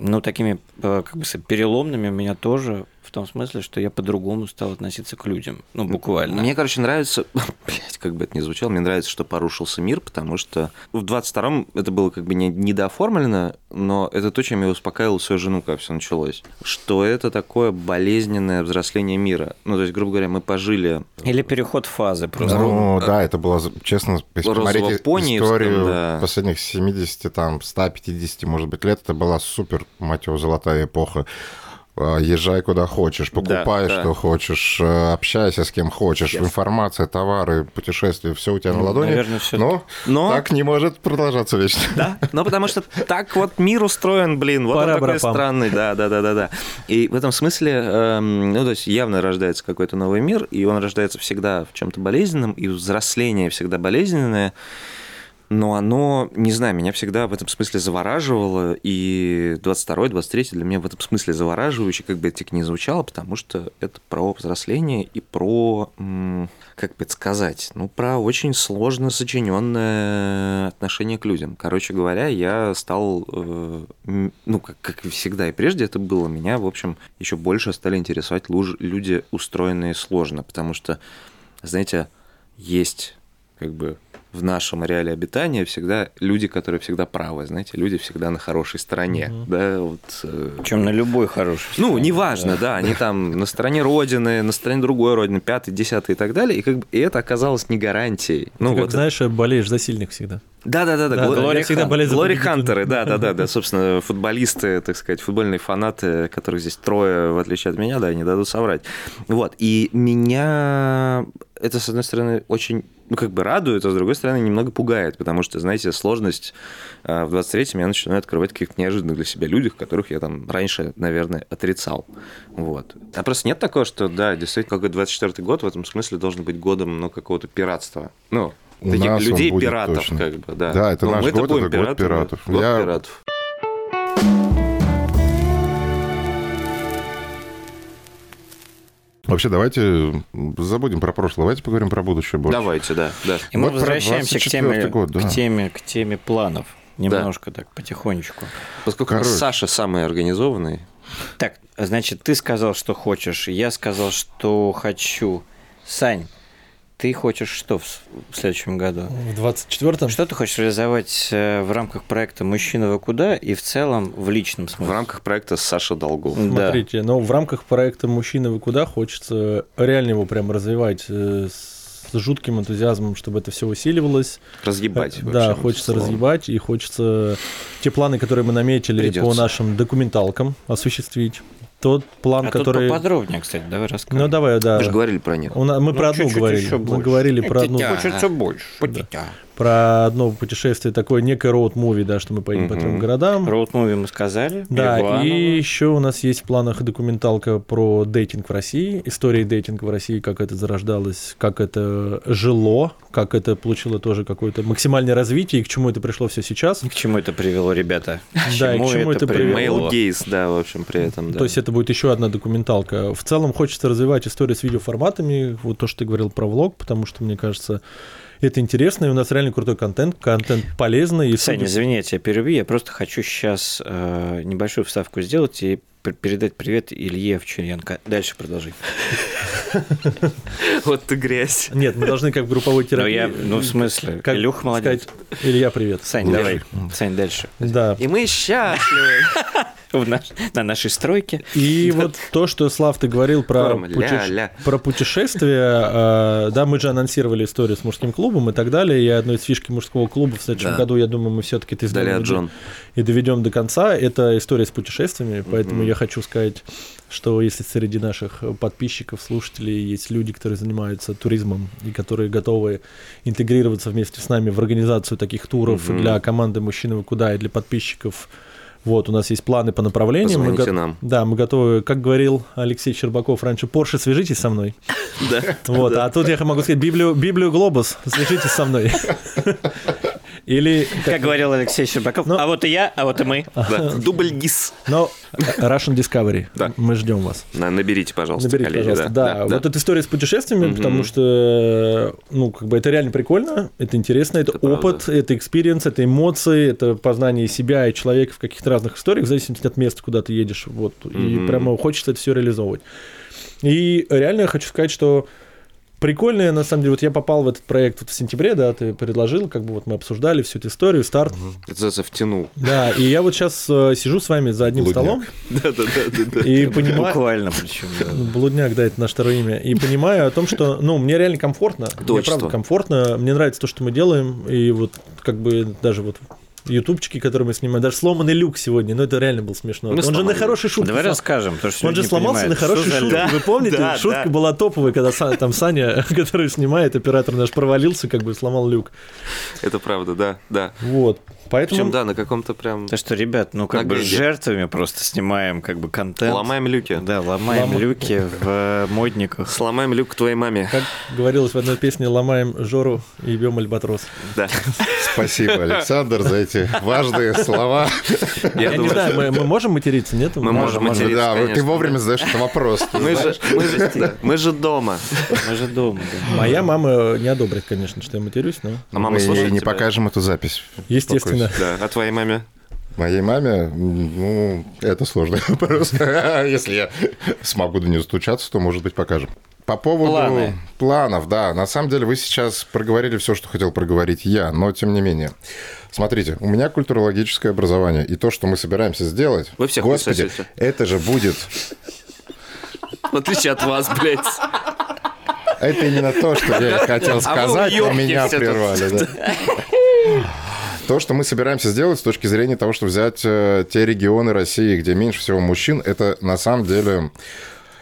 [SPEAKER 4] ну, такими, э, как бы сказать, переломными у меня тоже, в том смысле, что я по-другому стал относиться к людям, ну, буквально.
[SPEAKER 3] Мне, короче, нравится, блять, как бы это ни звучало, мне нравится, что порушился мир, потому что в 22-м это было как бы не, недооформлено, но это то, чем я успокаивал свою жену, как все началось. Что это такое болезненное взросление мира. Ну, то есть, грубо говоря, мы пожили
[SPEAKER 4] Или переход фазы просто.
[SPEAKER 3] А
[SPEAKER 2] Ну, да, это было, за- честно, если посмотреть
[SPEAKER 3] розово-пониевском,
[SPEAKER 2] историю
[SPEAKER 3] да.
[SPEAKER 2] последних 70, там, 150, может быть, лет, это была супер, мать его, золотая эпоха. А, Езжай куда хочешь, покупай,
[SPEAKER 3] да.
[SPEAKER 2] что хочешь, э, общайся с кем хочешь,
[SPEAKER 3] Yes.
[SPEAKER 2] информация, товары, путешествия, все у тебя на
[SPEAKER 4] Ну,
[SPEAKER 2] ладони.
[SPEAKER 4] наверное, всё
[SPEAKER 2] но,
[SPEAKER 3] Но-
[SPEAKER 2] так не может продолжаться вечно.
[SPEAKER 3] Да, ну потому что так вот мир устроен, блин, вот он такой
[SPEAKER 5] Пара-барапам.
[SPEAKER 3] странный, да, да, да, да, да. И в этом смысле, эм, ну то есть явно рождается какой-то новый мир, и он рождается всегда в чем-то болезненном, и взросление всегда болезненное. но оно, не знаю, меня всегда в этом смысле завораживало, и 22 23 для меня в этом смысле завораживающе, как бы это ни звучало, потому что это про взросление и про, м, как бы это сказать, ну, про очень сложно сочиненное отношение к людям. Короче говоря, я стал, э, м, ну, как, как и всегда и прежде это было, меня, в общем, еще больше стали интересовать луж- люди, устроенные сложно, потому что, знаете, есть как бы в нашем реале обитания всегда люди, которые всегда правы, знаете, люди всегда на хорошей стороне, да, вот. э,
[SPEAKER 4] Причем на любой хороший.
[SPEAKER 3] Ну,
[SPEAKER 4] стороне,
[SPEAKER 3] неважно, да, они там на стороне родины, на стороне другой родины, пятый, десятый и так далее, и как бы и это оказалось не гарантией. Ну,
[SPEAKER 5] Ты как
[SPEAKER 3] вот
[SPEAKER 5] знаешь, болеешь за сильных всегда.
[SPEAKER 3] да, да, да,
[SPEAKER 5] Да,
[SPEAKER 3] да.
[SPEAKER 5] да, я всегда болею за
[SPEAKER 3] Глори
[SPEAKER 5] победителей.
[SPEAKER 3] Хантеры, да, да, да, да. Собственно, футболисты, так сказать, футбольные фанаты, которых здесь трое, в отличие от меня, да, не дадут соврать. Вот. И меня это, с одной стороны, очень, ну, как бы радует, а с другой стороны, немного пугает, потому что, знаете, сложность а, в 23-м я начинаю открывать каких-то неожиданных для себя людях, которых я там раньше, наверное, отрицал. Вот. А просто нет такого, что, да, действительно, какой 24-й год в этом смысле должен быть годом, ну, какого-то пиратства. Ну,
[SPEAKER 2] У
[SPEAKER 3] таких
[SPEAKER 2] нас он
[SPEAKER 3] людей
[SPEAKER 2] будет
[SPEAKER 3] пиратов,
[SPEAKER 2] точно.
[SPEAKER 3] как бы, да.
[SPEAKER 2] Да, это
[SPEAKER 3] Ну,
[SPEAKER 2] наш
[SPEAKER 3] мы-то
[SPEAKER 2] год,
[SPEAKER 3] будем
[SPEAKER 2] это год
[SPEAKER 3] пиратами.
[SPEAKER 2] пиратов.
[SPEAKER 3] Год
[SPEAKER 2] Я-
[SPEAKER 3] пиратов.
[SPEAKER 2] Вообще, давайте забудем про прошлое, давайте поговорим про будущее больше.
[SPEAKER 3] Давайте, да, да.
[SPEAKER 4] И мы
[SPEAKER 2] Вот про
[SPEAKER 4] возвращаемся к
[SPEAKER 2] 24-й
[SPEAKER 4] теме,
[SPEAKER 2] год, да.
[SPEAKER 4] к, теме, к теме планов. Немножко так, потихонечку.
[SPEAKER 3] Поскольку у нас
[SPEAKER 2] Короче.
[SPEAKER 3] Саша самый организованный,
[SPEAKER 4] Так, значит, ты сказал, что хочешь, я сказал, что хочу. Сань, ты хочешь что в с- в следующем году?
[SPEAKER 5] В 24-м?
[SPEAKER 4] Что ты хочешь реализовать э, в рамках проекта «Мужчина вы куда» и в целом в личном
[SPEAKER 3] в
[SPEAKER 4] смысле?
[SPEAKER 3] рамках проекта Саша Долгов.
[SPEAKER 4] Да.
[SPEAKER 5] Смотрите, но в рамках проекта «Мужчина, вы куда?» хочется реально его прям развивать э, с жутким энтузиазмом, чтобы это все усиливалось.
[SPEAKER 3] Разъебать.
[SPEAKER 5] Э,
[SPEAKER 3] в
[SPEAKER 5] Да,
[SPEAKER 3] общем,
[SPEAKER 5] хочется
[SPEAKER 3] словом.
[SPEAKER 5] разъебать, и хочется те планы, которые мы наметили по
[SPEAKER 3] Придётся.
[SPEAKER 5] нашим документалкам осуществить. Тот план,
[SPEAKER 4] А
[SPEAKER 5] который...
[SPEAKER 4] тут поподробнее, кстати, давай расскажем.
[SPEAKER 5] ну, давай, да.
[SPEAKER 3] Мы же говорили про них.
[SPEAKER 5] У на- Мы
[SPEAKER 4] Ну,
[SPEAKER 5] про одну
[SPEAKER 4] чуть-чуть
[SPEAKER 5] говорили.
[SPEAKER 4] ещё
[SPEAKER 5] Мы
[SPEAKER 4] больше.
[SPEAKER 5] говорили про одну...
[SPEAKER 3] Тетя.
[SPEAKER 4] Хочется Э, больше. Да.
[SPEAKER 5] Про одно путешествие, такое некое роуд-муви, да, что мы поедем по трем
[SPEAKER 3] Мгм.
[SPEAKER 5] городам.
[SPEAKER 4] Роуд-муви мы сказали.
[SPEAKER 5] Да,
[SPEAKER 4] Иваново.
[SPEAKER 5] и еще у нас есть в планах документалка про дейтинг в России, история дейтинга в России, как это зарождалось, как это жило, как это получило тоже какое-то максимальное развитие и к чему это пришло все сейчас.
[SPEAKER 4] И К чему это привело, ребята?
[SPEAKER 5] Да, и к чему это привело?
[SPEAKER 3] Мейл гейс, да, в общем, при этом. да.
[SPEAKER 5] То есть это будет еще одна документалка. В целом хочется развивать историю с видеоформатами, вот то, что ты говорил про влог, потому что, мне кажется, это интересно, и у нас реально крутой контент, контент полезный. И
[SPEAKER 4] Саня,
[SPEAKER 5] судя-
[SPEAKER 4] извини, я тебя перебью. Я просто хочу сейчас небольшую вставку сделать и пер- передать привет Илье Овчаренко. Дальше продолжи.
[SPEAKER 3] вот ты грязь.
[SPEAKER 5] Нет, мы должны как в групповой
[SPEAKER 4] Ну,
[SPEAKER 5] терапии...
[SPEAKER 4] я, ну, в смысле,
[SPEAKER 5] как
[SPEAKER 4] Илюх молодец.
[SPEAKER 5] сказать, Илья, привет.
[SPEAKER 4] Сань, давай. Сань, дальше.
[SPEAKER 5] Да.
[SPEAKER 3] И мы счастливы.
[SPEAKER 4] В наш- на нашей стройке.
[SPEAKER 5] И вот то, что Слав, ты говорил про,
[SPEAKER 3] Форма, ля,
[SPEAKER 5] путеш-
[SPEAKER 3] ля.
[SPEAKER 5] про путешествия, э, да, мы же анонсировали историю с мужским клубом и так далее, и одной из фишки мужского клуба в следующем
[SPEAKER 3] Да.
[SPEAKER 5] году, я думаю, мы все-таки ты
[SPEAKER 3] Вдали от Джон.
[SPEAKER 5] и доведем до конца, это история с путешествиями, поэтому я хочу сказать, что если среди наших подписчиков, слушателей есть люди, которые занимаются туризмом и которые готовы интегрироваться вместе с нами в организацию таких туров
[SPEAKER 3] Мгм.
[SPEAKER 5] для команды «Мужчина вы куда» и для подписчиков, вот, у нас есть планы по направлениям. Мы
[SPEAKER 3] Позвоните
[SPEAKER 5] го-
[SPEAKER 3] нам.
[SPEAKER 5] Да, мы готовы, как говорил Алексей Щербаков раньше, Порше, свяжитесь со мной.
[SPEAKER 3] Да.
[SPEAKER 5] Вот, а тут я могу сказать, Библию, Библию Глобус, свяжитесь со мной. Или,
[SPEAKER 4] Как говорил Алексей Щербаков,
[SPEAKER 5] Ну-
[SPEAKER 4] а вот и я, а вот и мы.
[SPEAKER 3] Да. Дубль гис.
[SPEAKER 5] но э, Russian Discovery,
[SPEAKER 3] Да.
[SPEAKER 5] мы ждем вас.
[SPEAKER 3] На- Наберите, пожалуйста,
[SPEAKER 5] Наберите,
[SPEAKER 3] коллеги,
[SPEAKER 5] пожалуйста. Да, вот эта история с путешествиями,
[SPEAKER 3] Мгм.
[SPEAKER 5] потому что, ну, как бы это реально прикольно, это интересно, это,
[SPEAKER 3] Это правда.
[SPEAKER 5] опыт, это экспириенс, это эмоции, это познание себя и человека в каких-то разных историях, в зависимости от места, куда ты едешь. Вот. И
[SPEAKER 3] Мгм.
[SPEAKER 5] прямо хочется это все реализовывать. И реально я хочу сказать, что прикольное, на самом деле, вот я попал в этот проект вот в сентябре, да, ты предложил, как бы вот мы обсуждали всю эту историю, старт.
[SPEAKER 3] Это называется втянул.
[SPEAKER 5] Да, и я вот сейчас сижу с вами за одним
[SPEAKER 2] Блудняк.
[SPEAKER 5] столом
[SPEAKER 3] Да-да-да.
[SPEAKER 5] и понимаю,
[SPEAKER 4] Буквально причем. да.
[SPEAKER 5] ну, Блудняк, да, это наше второе имя. И понимаю о том, что, ну, мне реально комфортно. Мне
[SPEAKER 3] Творчество.
[SPEAKER 5] правда комфортно. Мне нравится то, что мы делаем. И вот как бы даже вот ютубчики, которые мы снимаем. Даже сломанный люк сегодня, но это реально был смешно.
[SPEAKER 3] Мы
[SPEAKER 5] Он же на
[SPEAKER 3] сломали.
[SPEAKER 5] хорошей шутке.
[SPEAKER 4] Давай
[SPEAKER 5] сломался.
[SPEAKER 4] расскажем, потому что
[SPEAKER 5] Он же
[SPEAKER 4] люди не
[SPEAKER 5] сломался на
[SPEAKER 4] понимают,
[SPEAKER 5] хорошей
[SPEAKER 4] что за
[SPEAKER 5] шутке.
[SPEAKER 4] люди.
[SPEAKER 5] Вы помните?
[SPEAKER 3] Да,
[SPEAKER 5] Шутка
[SPEAKER 3] да.
[SPEAKER 5] была топовая, когда Са- там Саня, который снимает, оператор наш провалился, как бы сломал люк.
[SPEAKER 3] Это правда, да, да.
[SPEAKER 5] Вот.
[SPEAKER 3] Причем,
[SPEAKER 5] Поэтому
[SPEAKER 3] да, на каком-то прям...
[SPEAKER 4] То, что, ребят, ну как
[SPEAKER 3] На
[SPEAKER 4] бы с
[SPEAKER 3] гриде.
[SPEAKER 4] жертвами просто снимаем как бы контент.
[SPEAKER 3] Ломаем люки.
[SPEAKER 4] Да, ломаем
[SPEAKER 5] Лома-
[SPEAKER 4] люки в э, модниках.
[SPEAKER 3] Сломаем люк твоей маме.
[SPEAKER 5] как говорилось в одной песне, ломаем Жору и бьем альбатрос.
[SPEAKER 3] Да.
[SPEAKER 2] Спасибо, Александр, за эти важные слова.
[SPEAKER 5] Я, не
[SPEAKER 3] думаю,
[SPEAKER 5] знаю,
[SPEAKER 3] что-
[SPEAKER 5] мы, мы можем материться, нет?
[SPEAKER 3] Мы можем материться,
[SPEAKER 2] Да, вот ты
[SPEAKER 3] конечно,
[SPEAKER 2] вовремя задаешь этот вопрос. ты
[SPEAKER 3] Мы
[SPEAKER 2] знаешь.
[SPEAKER 3] же, мы, же, мы же дома.
[SPEAKER 4] Мы же дома. да.
[SPEAKER 5] Моя мама э, не одобрит, конечно, что я матерюсь, но
[SPEAKER 3] А мама
[SPEAKER 2] Мы ей
[SPEAKER 3] слушает
[SPEAKER 2] не
[SPEAKER 3] тебя?
[SPEAKER 2] покажем эту запись.
[SPEAKER 5] естественно.
[SPEAKER 3] Да, а твоей маме?
[SPEAKER 2] Моей маме, ну, это сложный вопрос. Если я смогу до нее стучаться, то, может быть, покажем. По поводу
[SPEAKER 4] Планы.
[SPEAKER 2] планов, да. На самом деле, вы сейчас проговорили все, что хотел проговорить я, но тем не менее. Смотрите, у меня культурологическое образование, и то, что мы собираемся сделать...
[SPEAKER 3] Вы всех
[SPEAKER 2] Господи,
[SPEAKER 3] высосете.
[SPEAKER 2] это же будет...
[SPEAKER 3] В отличие от вас, блядь. А
[SPEAKER 2] Это именно то, что я хотел сказать, но
[SPEAKER 3] уёбки
[SPEAKER 2] меня
[SPEAKER 3] все тут.
[SPEAKER 2] прервали. да. То, что мы собираемся сделать с точки зрения того, что взять э, те регионы России, где меньше всего мужчин, это на самом деле...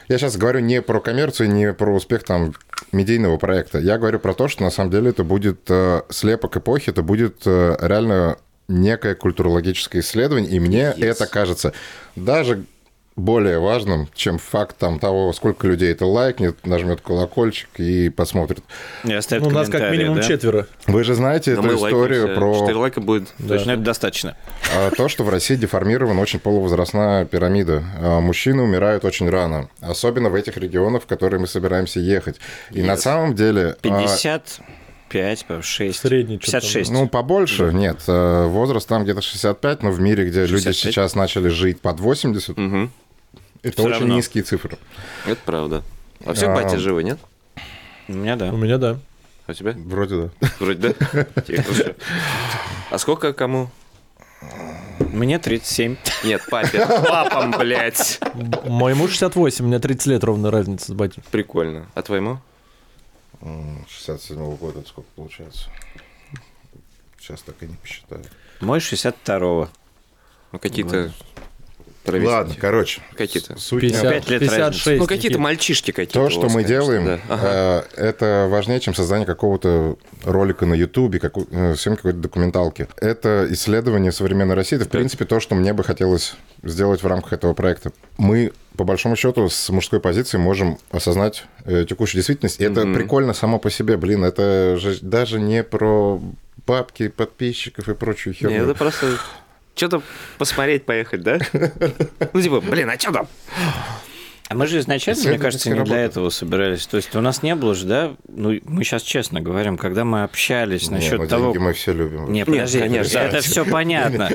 [SPEAKER 2] Я сейчас говорю не про коммерцию, не про успех там медийного проекта. Я говорю про то, что на самом деле это будет э, слепок эпохи, это будет э, реально некое культурологическое исследование, и мне это кажется даже более важным, чем факт там того, сколько людей это лайкнет, нажмет колокольчик и посмотрит.
[SPEAKER 4] И оставят
[SPEAKER 5] Ну, у нас как
[SPEAKER 4] комментарии,
[SPEAKER 5] минимум
[SPEAKER 4] да?
[SPEAKER 5] четверо.
[SPEAKER 2] Вы же знаете
[SPEAKER 3] Но
[SPEAKER 2] эту
[SPEAKER 3] мы
[SPEAKER 2] историю
[SPEAKER 3] лайкаемся.
[SPEAKER 2] про...
[SPEAKER 3] Четыре лайка будет.
[SPEAKER 4] То есть, ну, это достаточно.
[SPEAKER 2] А То, что в России деформирована очень полувозрастная пирамида. А Мужчины умирают очень рано, особенно в этих регионах, в которые мы собираемся ехать. И на самом деле... а,
[SPEAKER 4] 55, по-моему, 6.
[SPEAKER 5] Средний чё-то.
[SPEAKER 4] 56.
[SPEAKER 2] Ну, побольше, нет. а, Возраст там где-то 65, но в мире, где люди
[SPEAKER 4] 65?
[SPEAKER 2] сейчас начали жить под 80,
[SPEAKER 3] Мгм.
[SPEAKER 2] это
[SPEAKER 4] Всё
[SPEAKER 2] очень
[SPEAKER 4] равно.
[SPEAKER 2] низкие цифры.
[SPEAKER 3] Это правда. А все
[SPEAKER 2] А.
[SPEAKER 3] батя живы, нет?
[SPEAKER 4] У меня, да.
[SPEAKER 5] У меня, да.
[SPEAKER 3] А у тебя?
[SPEAKER 2] Вроде да.
[SPEAKER 3] Вроде да. Тихо, всё. А сколько кому?
[SPEAKER 4] Мне 37.
[SPEAKER 3] Нет, папе. Папам, блядь.
[SPEAKER 5] Моему 68, у меня 30 лет ровно разница с батей.
[SPEAKER 3] Прикольно. А твоему?
[SPEAKER 2] М, 67-го Ну, года это сколько получается? Сейчас так и не посчитаю.
[SPEAKER 4] Мой 62-го.
[SPEAKER 3] Ну, какие-то... ровесники.
[SPEAKER 2] Ладно, короче.
[SPEAKER 3] Какие-то.
[SPEAKER 2] суть не
[SPEAKER 5] 50,
[SPEAKER 2] в
[SPEAKER 4] Ну, Пять лет
[SPEAKER 5] 56.
[SPEAKER 3] Ну, какие-то
[SPEAKER 5] Никит.
[SPEAKER 3] мальчишки какие-то.
[SPEAKER 2] То,
[SPEAKER 3] у
[SPEAKER 2] что
[SPEAKER 3] вас,
[SPEAKER 2] мы
[SPEAKER 3] конечно,
[SPEAKER 2] делаем,
[SPEAKER 3] да. Ага.
[SPEAKER 2] э, это важнее, чем создание какого-то ролика на Ютубе, как, э, съемки какой-то документалки. Это исследование современной России. Это, в принципе, то, что мне бы хотелось сделать в рамках этого проекта. Мы, по большому счету, с мужской позиции можем осознать э, текущую действительность. И это прикольно само по себе. Блин, это же даже не про бабки, подписчиков и прочую
[SPEAKER 3] Не,
[SPEAKER 2] херню.
[SPEAKER 3] это просто... Что-то посмотреть, поехать, да? Ну, типа, блин, а что там?
[SPEAKER 4] А мы же изначально, мне кажется, не
[SPEAKER 2] Исследовательская
[SPEAKER 4] для
[SPEAKER 2] работа.
[SPEAKER 4] этого собирались. То есть у нас не было же, да, ну, мы сейчас честно говорим, когда мы общались
[SPEAKER 2] Не, ну,
[SPEAKER 4] насчет
[SPEAKER 2] деньги
[SPEAKER 4] того...
[SPEAKER 2] мы все любим.
[SPEAKER 4] Не, подожди,
[SPEAKER 3] конечно,
[SPEAKER 4] это
[SPEAKER 3] да.
[SPEAKER 4] все понятно.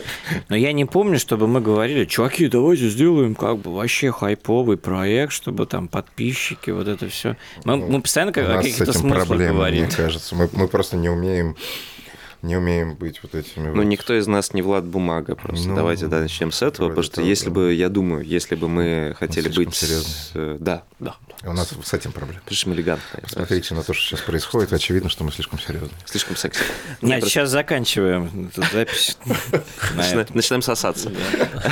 [SPEAKER 4] Но я не помню, чтобы мы говорили, чуваки, давайте сделаем как бы вообще хайповый проект, чтобы там подписчики, вот это все. Мы,
[SPEAKER 3] Ну,
[SPEAKER 4] мы постоянно
[SPEAKER 2] У
[SPEAKER 4] как, о
[SPEAKER 2] нас с
[SPEAKER 4] каких-то
[SPEAKER 2] этим
[SPEAKER 4] смыслах
[SPEAKER 2] проблемы,
[SPEAKER 4] говорим.
[SPEAKER 2] мне кажется. Мы, мы просто не умеем, не умеем быть вот этими.
[SPEAKER 3] Ну,
[SPEAKER 2] вот.
[SPEAKER 3] никто из нас не Влад Бумага просто.
[SPEAKER 2] Ну,
[SPEAKER 3] Давайте да, начнем с этого,
[SPEAKER 2] вроде
[SPEAKER 3] потому что
[SPEAKER 2] того,
[SPEAKER 3] если
[SPEAKER 2] да.
[SPEAKER 3] бы, я думаю, если бы мы хотели
[SPEAKER 2] слишком
[SPEAKER 3] быть... с-
[SPEAKER 2] серьёзно.
[SPEAKER 3] э, Да, да.
[SPEAKER 2] У нас с этим проблема.
[SPEAKER 3] Слишком элегантно.
[SPEAKER 2] Посмотрите на то, что сейчас происходит. Очевидно, что мы слишком серьезны.
[SPEAKER 3] Слишком секси.
[SPEAKER 4] Нет, сейчас заканчиваем эту запись. на
[SPEAKER 3] Начина-
[SPEAKER 4] этом.
[SPEAKER 3] Начинаем сосаться.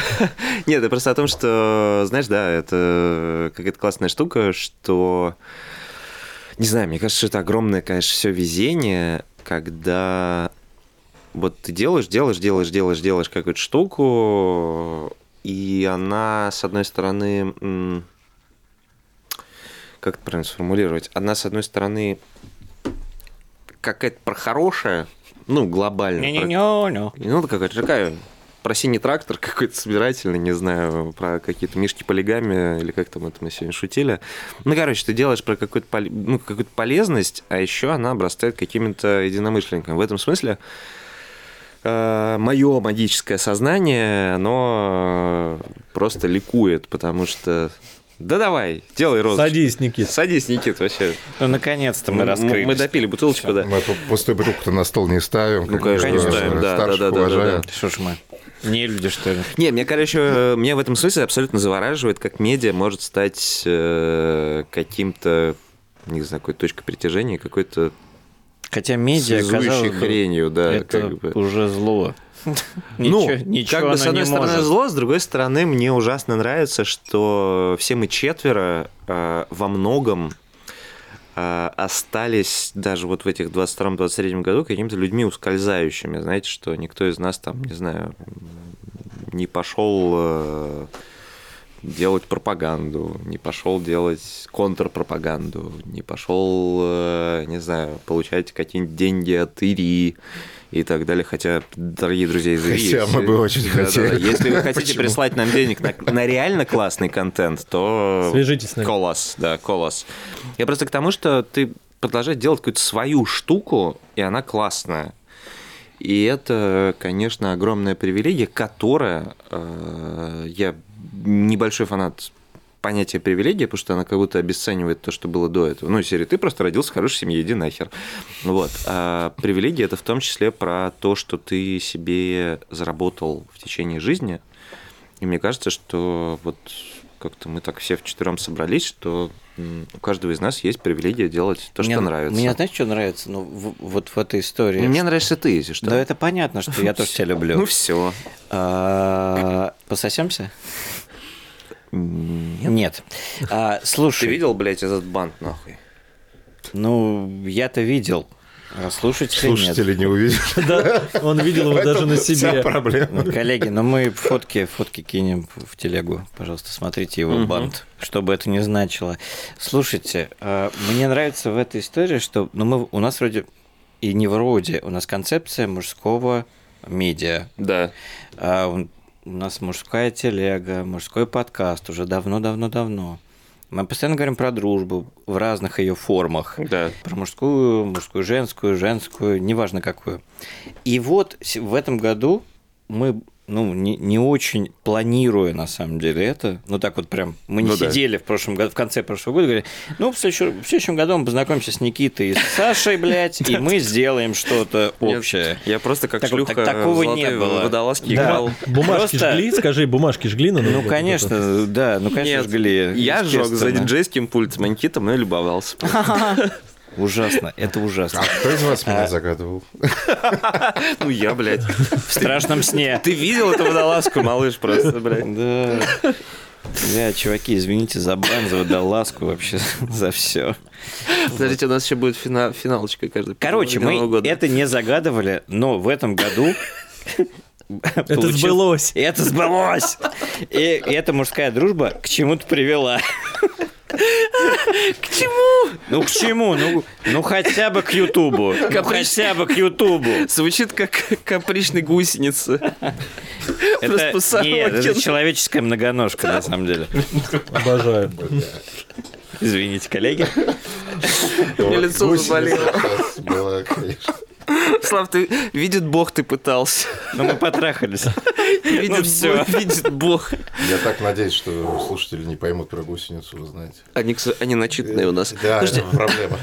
[SPEAKER 3] Нет, это просто о том, что, знаешь, да, это какая-то классная штука, что... Не знаю, мне кажется, что это огромное, конечно, все везение, когда вот ты делаешь, делаешь, делаешь, делаешь, делаешь какую-то штуку, и она, с одной стороны, м, как это правильно сформулировать, она, с одной стороны, какая-то прохорошая, ну, глобально. про-
[SPEAKER 4] Не-не-не-не.
[SPEAKER 3] ну, это какая-то такая про синий трактор какой-то собирательный, не знаю, про какие-то мишки полигами или как там это мы сегодня шутили. Ну, короче, ты делаешь про какую-то пол- ну, какую-то полезность, а еще она обрастает какими-то единомышленниками. В этом смысле мое магическое сознание, оно просто ликует, потому что... Да давай, делай розу.
[SPEAKER 5] Садись, Никит.
[SPEAKER 3] Садись, Никит, вообще.
[SPEAKER 4] Ну, наконец-то мы
[SPEAKER 3] мы,
[SPEAKER 4] раскрылись.
[SPEAKER 3] мы допили бутылочку, да.
[SPEAKER 2] Мы пу- пустую бутылку-то на стол не ставим.
[SPEAKER 3] Ну,
[SPEAKER 2] как
[SPEAKER 3] конечно,
[SPEAKER 2] бы,
[SPEAKER 3] не ставим, да,
[SPEAKER 2] старших
[SPEAKER 3] да, да, да,
[SPEAKER 2] уважаем.
[SPEAKER 3] да,
[SPEAKER 4] Что ж мы? Не люди, что ли?
[SPEAKER 3] Не, мне, короче, меня в этом смысле абсолютно завораживает, как медиа может стать э, каким-то, не знаю, какой-то точкой притяжения, какой-то
[SPEAKER 4] Хотя медиа,
[SPEAKER 3] связующей
[SPEAKER 4] казалось бы,
[SPEAKER 3] хренью, да.
[SPEAKER 4] это
[SPEAKER 3] как бы.
[SPEAKER 4] уже зло.
[SPEAKER 3] Ну,
[SPEAKER 4] Ничего- ничего
[SPEAKER 3] как бы, с
[SPEAKER 4] она
[SPEAKER 3] одной
[SPEAKER 4] не
[SPEAKER 3] стороны,
[SPEAKER 4] может.
[SPEAKER 3] зло, с другой стороны, мне ужасно нравится, что все мы четверо э, во многом э, остались даже вот в этих 22-23 году какими-то людьми ускользающими. Знаете, что никто из нас там, не знаю, м, не пошел э, делать пропаганду, не пошел делать контрпропаганду, не пошел, э, не знаю, получать какие-нибудь деньги от Ирии и так далее. Хотя, дорогие друзья из Ирии...
[SPEAKER 2] Хотя мы бы очень
[SPEAKER 3] Да-да-да.
[SPEAKER 2] хотели.
[SPEAKER 3] Если вы хотите
[SPEAKER 2] Почему?
[SPEAKER 3] прислать нам денег на, на реально классный контент, то...
[SPEAKER 5] Свяжитесь с нами.
[SPEAKER 3] Колос, да, колос. Я просто к тому, что ты продолжаешь делать какую-то свою штуку, и она классная. И это, конечно, огромная привилегия, которая... э, я небольшой фанат понятия привилегия, потому что она как будто обесценивает то, что было до этого. Ну, из серии, ты просто родился в хорошей семье, иди нахер. Вот. А привилегия – это в том числе про то, что ты себе заработал в течение жизни. И мне кажется, что вот как-то мы так все вчетвером собрались, что м, у каждого из нас есть привилегия делать то,
[SPEAKER 4] Мне-
[SPEAKER 3] что нравится.
[SPEAKER 4] Мне знаешь, что нравится? Ну, в- вот в этой истории.
[SPEAKER 3] Мне нравишься ты, если что.
[SPEAKER 4] Да это понятно, что я тоже тебя люблю.
[SPEAKER 3] Ну все.
[SPEAKER 4] А, Пососемся?
[SPEAKER 3] Ты
[SPEAKER 4] Нет. А, Слушай.
[SPEAKER 3] видел, блядь, этот бант, нахуй?
[SPEAKER 4] Ну, я-то видел. А слушатели нет.
[SPEAKER 2] Слушатели не увидели.
[SPEAKER 5] Да, он видел его Ну, даже на
[SPEAKER 2] Вся
[SPEAKER 5] себе.
[SPEAKER 2] проблема.
[SPEAKER 4] Ну, Коллеги, ну мы фотки, фотки кинем в телегу. Пожалуйста, смотрите его
[SPEAKER 3] Мгм.
[SPEAKER 4] бант, что бы это ни значило. Слушайте, а, мне нравится в этой истории, что ну, мы, у нас вроде и не вроде, у нас концепция мужского медиа.
[SPEAKER 3] Да.
[SPEAKER 4] А, у у нас мужская телега, мужской подкаст уже давно-давно-давно. Мы постоянно говорим про дружбу в разных ее формах.
[SPEAKER 3] Да.
[SPEAKER 4] Про мужскую, мужскую, женскую, женскую, неважно какую. И вот с- в этом году мы ну, не, не очень планируя, на самом деле, это. Ну, так вот прям, мы не
[SPEAKER 3] Ну да.
[SPEAKER 4] сидели в прошлом году, в конце прошлого года, говорили, ну, в следующем, в следующем году мы познакомимся с Никитой и с Сашей, блядь, и мы сделаем что-то
[SPEAKER 3] Нет,
[SPEAKER 4] общее.
[SPEAKER 3] Я просто как
[SPEAKER 4] Так вот,
[SPEAKER 3] шлюха
[SPEAKER 4] так- такого не
[SPEAKER 3] золотой
[SPEAKER 4] было.
[SPEAKER 3] водолазки
[SPEAKER 4] Да.
[SPEAKER 3] играл.
[SPEAKER 5] Бумажки
[SPEAKER 4] Просто-
[SPEAKER 5] жгли, скажи, бумажки жгли на Новый
[SPEAKER 4] Ну,
[SPEAKER 5] год?
[SPEAKER 4] конечно, да, ну, конечно,
[SPEAKER 3] Нет,
[SPEAKER 4] жгли.
[SPEAKER 3] Я жег за
[SPEAKER 4] естественно.
[SPEAKER 3] диджейским пультом, а Никита мной любовался.
[SPEAKER 4] Ужасно, это ужасно.
[SPEAKER 2] А кто из вас меня загадывал?
[SPEAKER 3] Ну я, блядь.
[SPEAKER 4] В страшном сне.
[SPEAKER 3] Ты видел эту водолазку, малыш, просто, блядь.
[SPEAKER 4] Да. Бля, чуваки, извините за бан, за водолазку вообще, за все.
[SPEAKER 3] Подождите, у нас еще будет фина- финалочка каждый.
[SPEAKER 4] Короче,
[SPEAKER 3] до Нового
[SPEAKER 4] мы
[SPEAKER 3] года.
[SPEAKER 4] это не загадывали, но в этом году...
[SPEAKER 5] Это
[SPEAKER 4] получил-
[SPEAKER 5] сбылось.
[SPEAKER 4] Это сбылось! И эта мужская дружба к чему-то привела. К чему? Ну, к чему? Ну, ну хотя бы к Ютубу. Ну, хотя бы к Ютубу.
[SPEAKER 3] Звучит как капричный гусеница. Просто
[SPEAKER 4] Это, нет, это
[SPEAKER 3] Сорокин.
[SPEAKER 4] человеческая многоножка, на самом деле.
[SPEAKER 5] Обожаю.
[SPEAKER 2] Э,
[SPEAKER 4] Извините, коллеги.
[SPEAKER 3] Мне лицо
[SPEAKER 2] Гусеница
[SPEAKER 3] заболело.
[SPEAKER 2] сейчас была, конечно.
[SPEAKER 3] Слав, ты видит Бог, ты пытался.
[SPEAKER 4] Но мы потрахались. Ну,
[SPEAKER 3] Видит
[SPEAKER 4] всё.
[SPEAKER 3] Бог, Видит Бог.
[SPEAKER 2] Я так надеюсь, что слушатели не поймут про гусеницу, вы знаете.
[SPEAKER 3] Они, кс- они начитанные у нас.
[SPEAKER 2] Да, это проблема.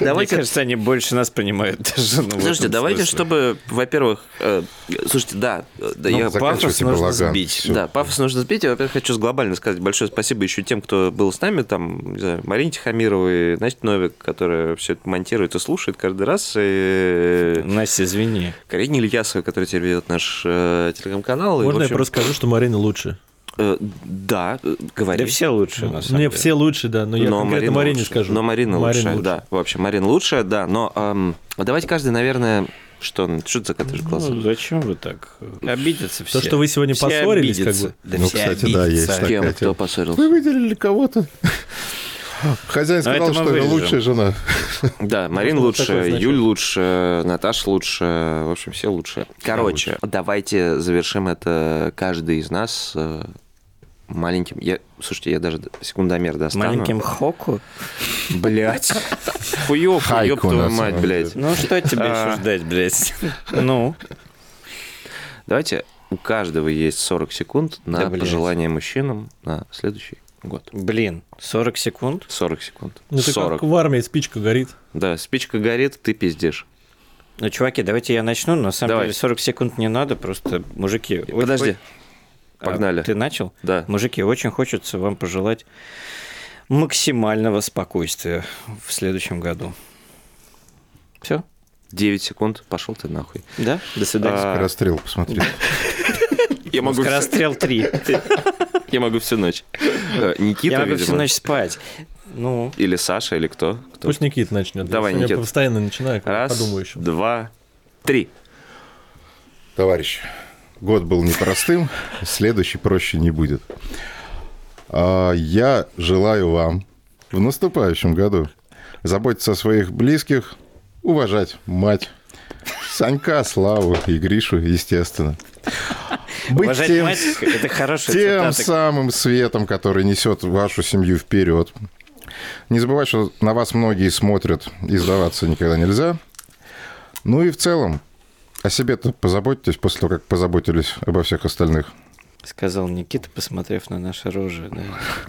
[SPEAKER 3] Давайте
[SPEAKER 4] Мне кажется, они больше нас понимают даже. ну, в
[SPEAKER 3] Слушайте,
[SPEAKER 4] этом
[SPEAKER 3] давайте,
[SPEAKER 4] смысле.
[SPEAKER 3] чтобы, во-первых, э, слушайте, да, э, да,
[SPEAKER 2] Ну,
[SPEAKER 3] я
[SPEAKER 2] заканчивайте,
[SPEAKER 4] пафос нужно
[SPEAKER 2] балаган.
[SPEAKER 4] сбить.
[SPEAKER 2] Всё.
[SPEAKER 3] Да, пафос нужно сбить. Я, во-первых, хочу глобально сказать большое спасибо еще тем, кто был с нами, там, не знаю, Марине Тихомировой, Настя Новик, которая все это монтирует и слушает каждый раз, и
[SPEAKER 4] Настя, извини.
[SPEAKER 3] Карине Ильясовой, которая теперь ведет наш э, телеграм-канал. и, в
[SPEAKER 5] Можно я
[SPEAKER 3] общем,
[SPEAKER 5] просто скажу, что Марина лучше?
[SPEAKER 3] э, да, э, говори.
[SPEAKER 4] Да все лучшие, на самом
[SPEAKER 5] Мне
[SPEAKER 4] деле.
[SPEAKER 5] все лучше, да, но ну, я конкретно Марине
[SPEAKER 3] лучше.
[SPEAKER 5] скажу.
[SPEAKER 3] Но Марина
[SPEAKER 5] Марина
[SPEAKER 3] лучшая, да. В общем, Марина лучшая, да. Но эм, давайте каждый, наверное, что, что ты закатываешь глаза?
[SPEAKER 4] Ну, зачем вы так? Обидятся все.
[SPEAKER 5] То, что вы сегодня
[SPEAKER 4] Все
[SPEAKER 5] поссорились, как
[SPEAKER 4] обидятся.
[SPEAKER 5] бы.
[SPEAKER 4] Да
[SPEAKER 2] Ну,
[SPEAKER 4] все
[SPEAKER 2] кстати, да, есть
[SPEAKER 4] обидятся.
[SPEAKER 3] С кем,
[SPEAKER 2] такая
[SPEAKER 3] кто
[SPEAKER 2] тема.
[SPEAKER 3] поссорился?
[SPEAKER 2] Вы выделили кого-то. Хозяин
[SPEAKER 4] Но Ну, это
[SPEAKER 2] сказал,
[SPEAKER 4] мы
[SPEAKER 2] что я
[SPEAKER 4] вырежем.
[SPEAKER 2] лучшая жена.
[SPEAKER 3] Да, Марин
[SPEAKER 5] вот
[SPEAKER 3] лучше,
[SPEAKER 5] такой значок.
[SPEAKER 3] Юль лучше, Наташа лучше, в общем, все лучше. Короче, давайте завершим это каждый из нас э, маленьким... Я, слушайте, я даже секундомер достану.
[SPEAKER 4] Маленьким хоку?
[SPEAKER 3] Блядь. Хуёв,
[SPEAKER 2] Хайку
[SPEAKER 3] ёб твою
[SPEAKER 2] нас,
[SPEAKER 3] мать,
[SPEAKER 2] э,
[SPEAKER 3] блядь.
[SPEAKER 4] Ну, что тебе
[SPEAKER 3] А.
[SPEAKER 4] еще ждать, блядь? Ну,
[SPEAKER 3] Давайте у каждого есть 40 секунд на
[SPEAKER 4] Да, блядь.
[SPEAKER 3] пожелание мужчинам на следующий год.
[SPEAKER 4] блин, 40 секунд?
[SPEAKER 3] 40 секунд.
[SPEAKER 5] Это
[SPEAKER 3] 40.
[SPEAKER 5] Ну, как в армии спичка горит.
[SPEAKER 3] Да, спичка горит, ты пиздишь.
[SPEAKER 4] Ну, чуваки, давайте я начну. но На самом
[SPEAKER 3] Давай.
[SPEAKER 4] деле 40 секунд не надо, просто, мужики... ой,
[SPEAKER 3] Подожди.
[SPEAKER 4] ой. А,
[SPEAKER 3] Погнали.
[SPEAKER 4] Ты начал?
[SPEAKER 3] Да.
[SPEAKER 4] Мужики, очень хочется вам пожелать максимального спокойствия в следующем году. Все?
[SPEAKER 3] 9 секунд, пошел ты нахуй.
[SPEAKER 4] Да? До свидания.
[SPEAKER 3] А,
[SPEAKER 2] Расстрел посмотри.
[SPEAKER 3] Я могу, всю,
[SPEAKER 4] Скорострел 3.
[SPEAKER 3] я могу всю ночь. Э, Никита,
[SPEAKER 4] Я могу всю
[SPEAKER 3] видимо.
[SPEAKER 4] ночь спать. Ну,
[SPEAKER 3] Или Саша, или кто? кто?
[SPEAKER 5] Пусть Никит начнет.
[SPEAKER 3] Давай,
[SPEAKER 5] Я
[SPEAKER 3] Никит.
[SPEAKER 5] постоянно начинаю,
[SPEAKER 3] Раз,
[SPEAKER 5] подумаю еще.
[SPEAKER 3] два, три.
[SPEAKER 2] Товарищ, год был непростым, следующий проще не будет. А, Я желаю вам в наступающем году заботиться о своих близких, уважать мать, Санька, Славу и Гришу, естественно. Быть
[SPEAKER 4] уважать
[SPEAKER 2] тем,
[SPEAKER 4] мать, это хорошая
[SPEAKER 2] тем
[SPEAKER 4] цитата.
[SPEAKER 2] самым светом, который несет вашу семью вперед. Не забывай, что на вас многие смотрят, и сдаваться никогда нельзя. Ну и в целом, о себе-то позаботьтесь после того, как позаботились обо всех остальных.
[SPEAKER 4] Сказал Никита, посмотрев на наше оружие. да.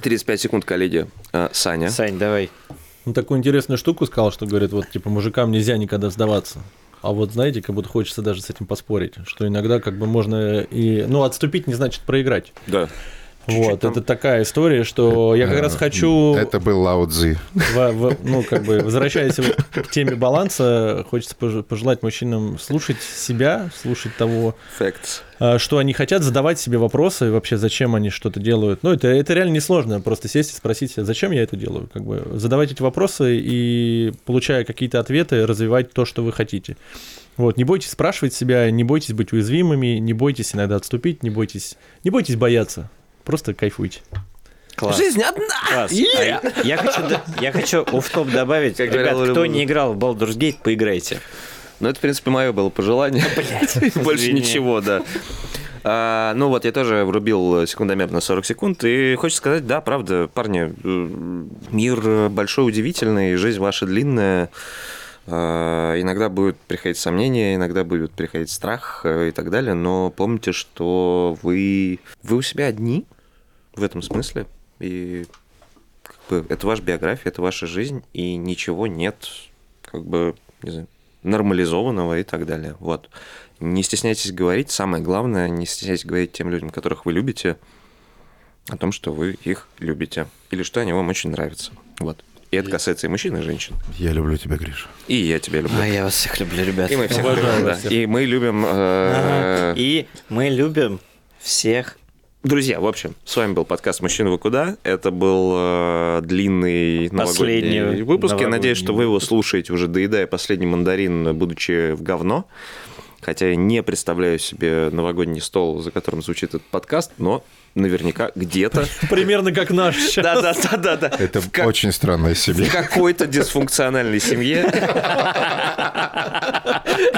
[SPEAKER 3] 35 секунд, коллеги. Э, Саня.
[SPEAKER 4] Сань, давай.
[SPEAKER 5] Он Ну, такую интересную штуку сказал, что говорит, вот, типа, мужикам нельзя никогда сдаваться. А вот, знаете, как будто хочется даже с этим поспорить, что иногда как бы можно и... Ну, отступить не значит проиграть.
[SPEAKER 3] Да.
[SPEAKER 5] вот, это такая история, что я как раз хочу...
[SPEAKER 2] А, Э, Это был Лао Цзи.
[SPEAKER 5] во- во- ну, как бы, возвращаясь вот к теме баланса, хочется пож- пожелать мужчинам слушать себя, слушать того,
[SPEAKER 3] Facts.
[SPEAKER 5] а, что они хотят, задавать себе вопросы вообще, зачем они что-то делают. Ну, это, это реально несложно, просто сесть и спросить себя, зачем я это делаю, как бы задавать эти вопросы и, получая какие-то ответы, развивать то, что вы хотите. Вот, не бойтесь спрашивать себя, не бойтесь быть уязвимыми, не бойтесь иногда отступить, не бойтесь, не бойтесь бояться, просто кайфуйте.
[SPEAKER 4] Класс.
[SPEAKER 3] Жизнь одна.
[SPEAKER 4] Класс. А я- Я хочу, до- я хочу офф-топ добавить.
[SPEAKER 3] Как
[SPEAKER 4] Ребят,
[SPEAKER 3] говорил
[SPEAKER 4] кто
[SPEAKER 3] Люба.
[SPEAKER 4] не играл в Baldur's Gate, поиграйте.
[SPEAKER 3] Ну, это, в принципе, мое было пожелание. Больше
[SPEAKER 4] извини.
[SPEAKER 3] ничего, да. А, ну вот, я тоже врубил секундомер на 40 секунд. И хочется сказать, да, правда, парни, э, мир э, большой, удивительный, жизнь ваша длинная. А, Иногда будет приходить сомнения, иногда будет приходить страх э, и так далее, но помните, что вы, вы у себя одни в этом смысле, и как бы это ваша биография, это ваша жизнь, и ничего нет, как бы, не знаю, нормализованного и так далее. Вот. Не стесняйтесь говорить, самое главное, не стесняйтесь говорить тем людям, которых вы любите, о том, что вы их любите, или что они вам очень нравятся. Вот. И это касается и мужчин, и женщин.
[SPEAKER 2] Я люблю тебя, Гриша.
[SPEAKER 3] И я тебя люблю.
[SPEAKER 4] А я вас всех люблю, ребят.
[SPEAKER 3] И мы всех
[SPEAKER 5] Уважаю
[SPEAKER 3] любим,
[SPEAKER 5] вас
[SPEAKER 3] да.
[SPEAKER 5] всех.
[SPEAKER 3] И мы любим... э,
[SPEAKER 4] Ага. И мы любим всех.
[SPEAKER 3] Друзья, в общем, с вами был подкаст «Мужчина, вы куда?». Это был э, длинный
[SPEAKER 4] Последний
[SPEAKER 3] новогодний выпуск. Я
[SPEAKER 4] новогодний
[SPEAKER 3] надеюсь, что вы его
[SPEAKER 4] выпуск.
[SPEAKER 3] слушаете уже, доедая последний мандарин, будучи в говно. Хотя я не представляю себе новогодний стол, за которым звучит этот подкаст, но наверняка где-то...
[SPEAKER 5] Примерно как наш сейчас.
[SPEAKER 3] Да-да-да-да-да.
[SPEAKER 2] Это
[SPEAKER 3] В как-
[SPEAKER 2] очень странная
[SPEAKER 3] В
[SPEAKER 2] семья.
[SPEAKER 3] какой-то дисфункциональной семье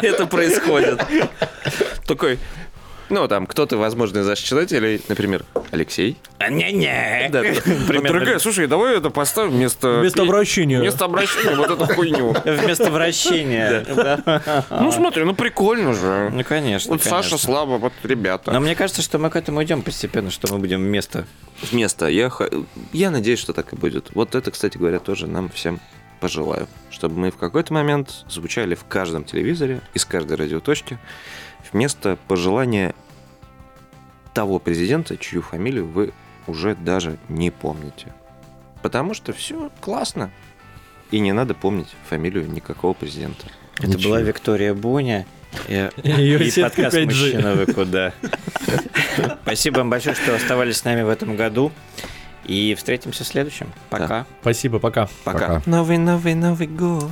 [SPEAKER 3] это происходит. Такой, ну, там, кто-то, возможно, из наших читателей, например, Алексей.
[SPEAKER 4] А, Не-не.
[SPEAKER 3] Да,
[SPEAKER 4] Примерно.
[SPEAKER 3] Ну, Дорогая, слушай, давай это поставим вместо...
[SPEAKER 5] Вместо обращения.
[SPEAKER 3] Вместо обращения вот эту хуйню.
[SPEAKER 4] Вместо вращения. Да.
[SPEAKER 3] Ну, смотри, ну прикольно же.
[SPEAKER 4] А. Ну, конечно.
[SPEAKER 3] Вот Саша
[SPEAKER 4] конечно.
[SPEAKER 3] слабо, вот ребята.
[SPEAKER 4] Но мне кажется, что мы к этому идем постепенно, что мы будем вместо.
[SPEAKER 3] Вместо. Я, х- я надеюсь, что так и будет. Вот это, кстати говоря, тоже нам всем пожелаю. Чтобы мы в какой-то момент звучали в каждом телевизоре, из каждой радиоточки, вместо пожелания того президента, чью фамилию вы уже даже не помните. Потому что все классно. И не надо помнить фамилию никакого президента.
[SPEAKER 4] Это была Виктория Боня. И,
[SPEAKER 5] Её
[SPEAKER 4] и
[SPEAKER 5] сетка
[SPEAKER 4] подкаст
[SPEAKER 5] 5G.
[SPEAKER 4] «Мужчина, вы куда?». Спасибо вам большое, что оставались с нами в этом году. И встретимся в следующем. Пока.
[SPEAKER 5] Спасибо, пока.
[SPEAKER 2] Пока.
[SPEAKER 3] Новый, новый, новый год.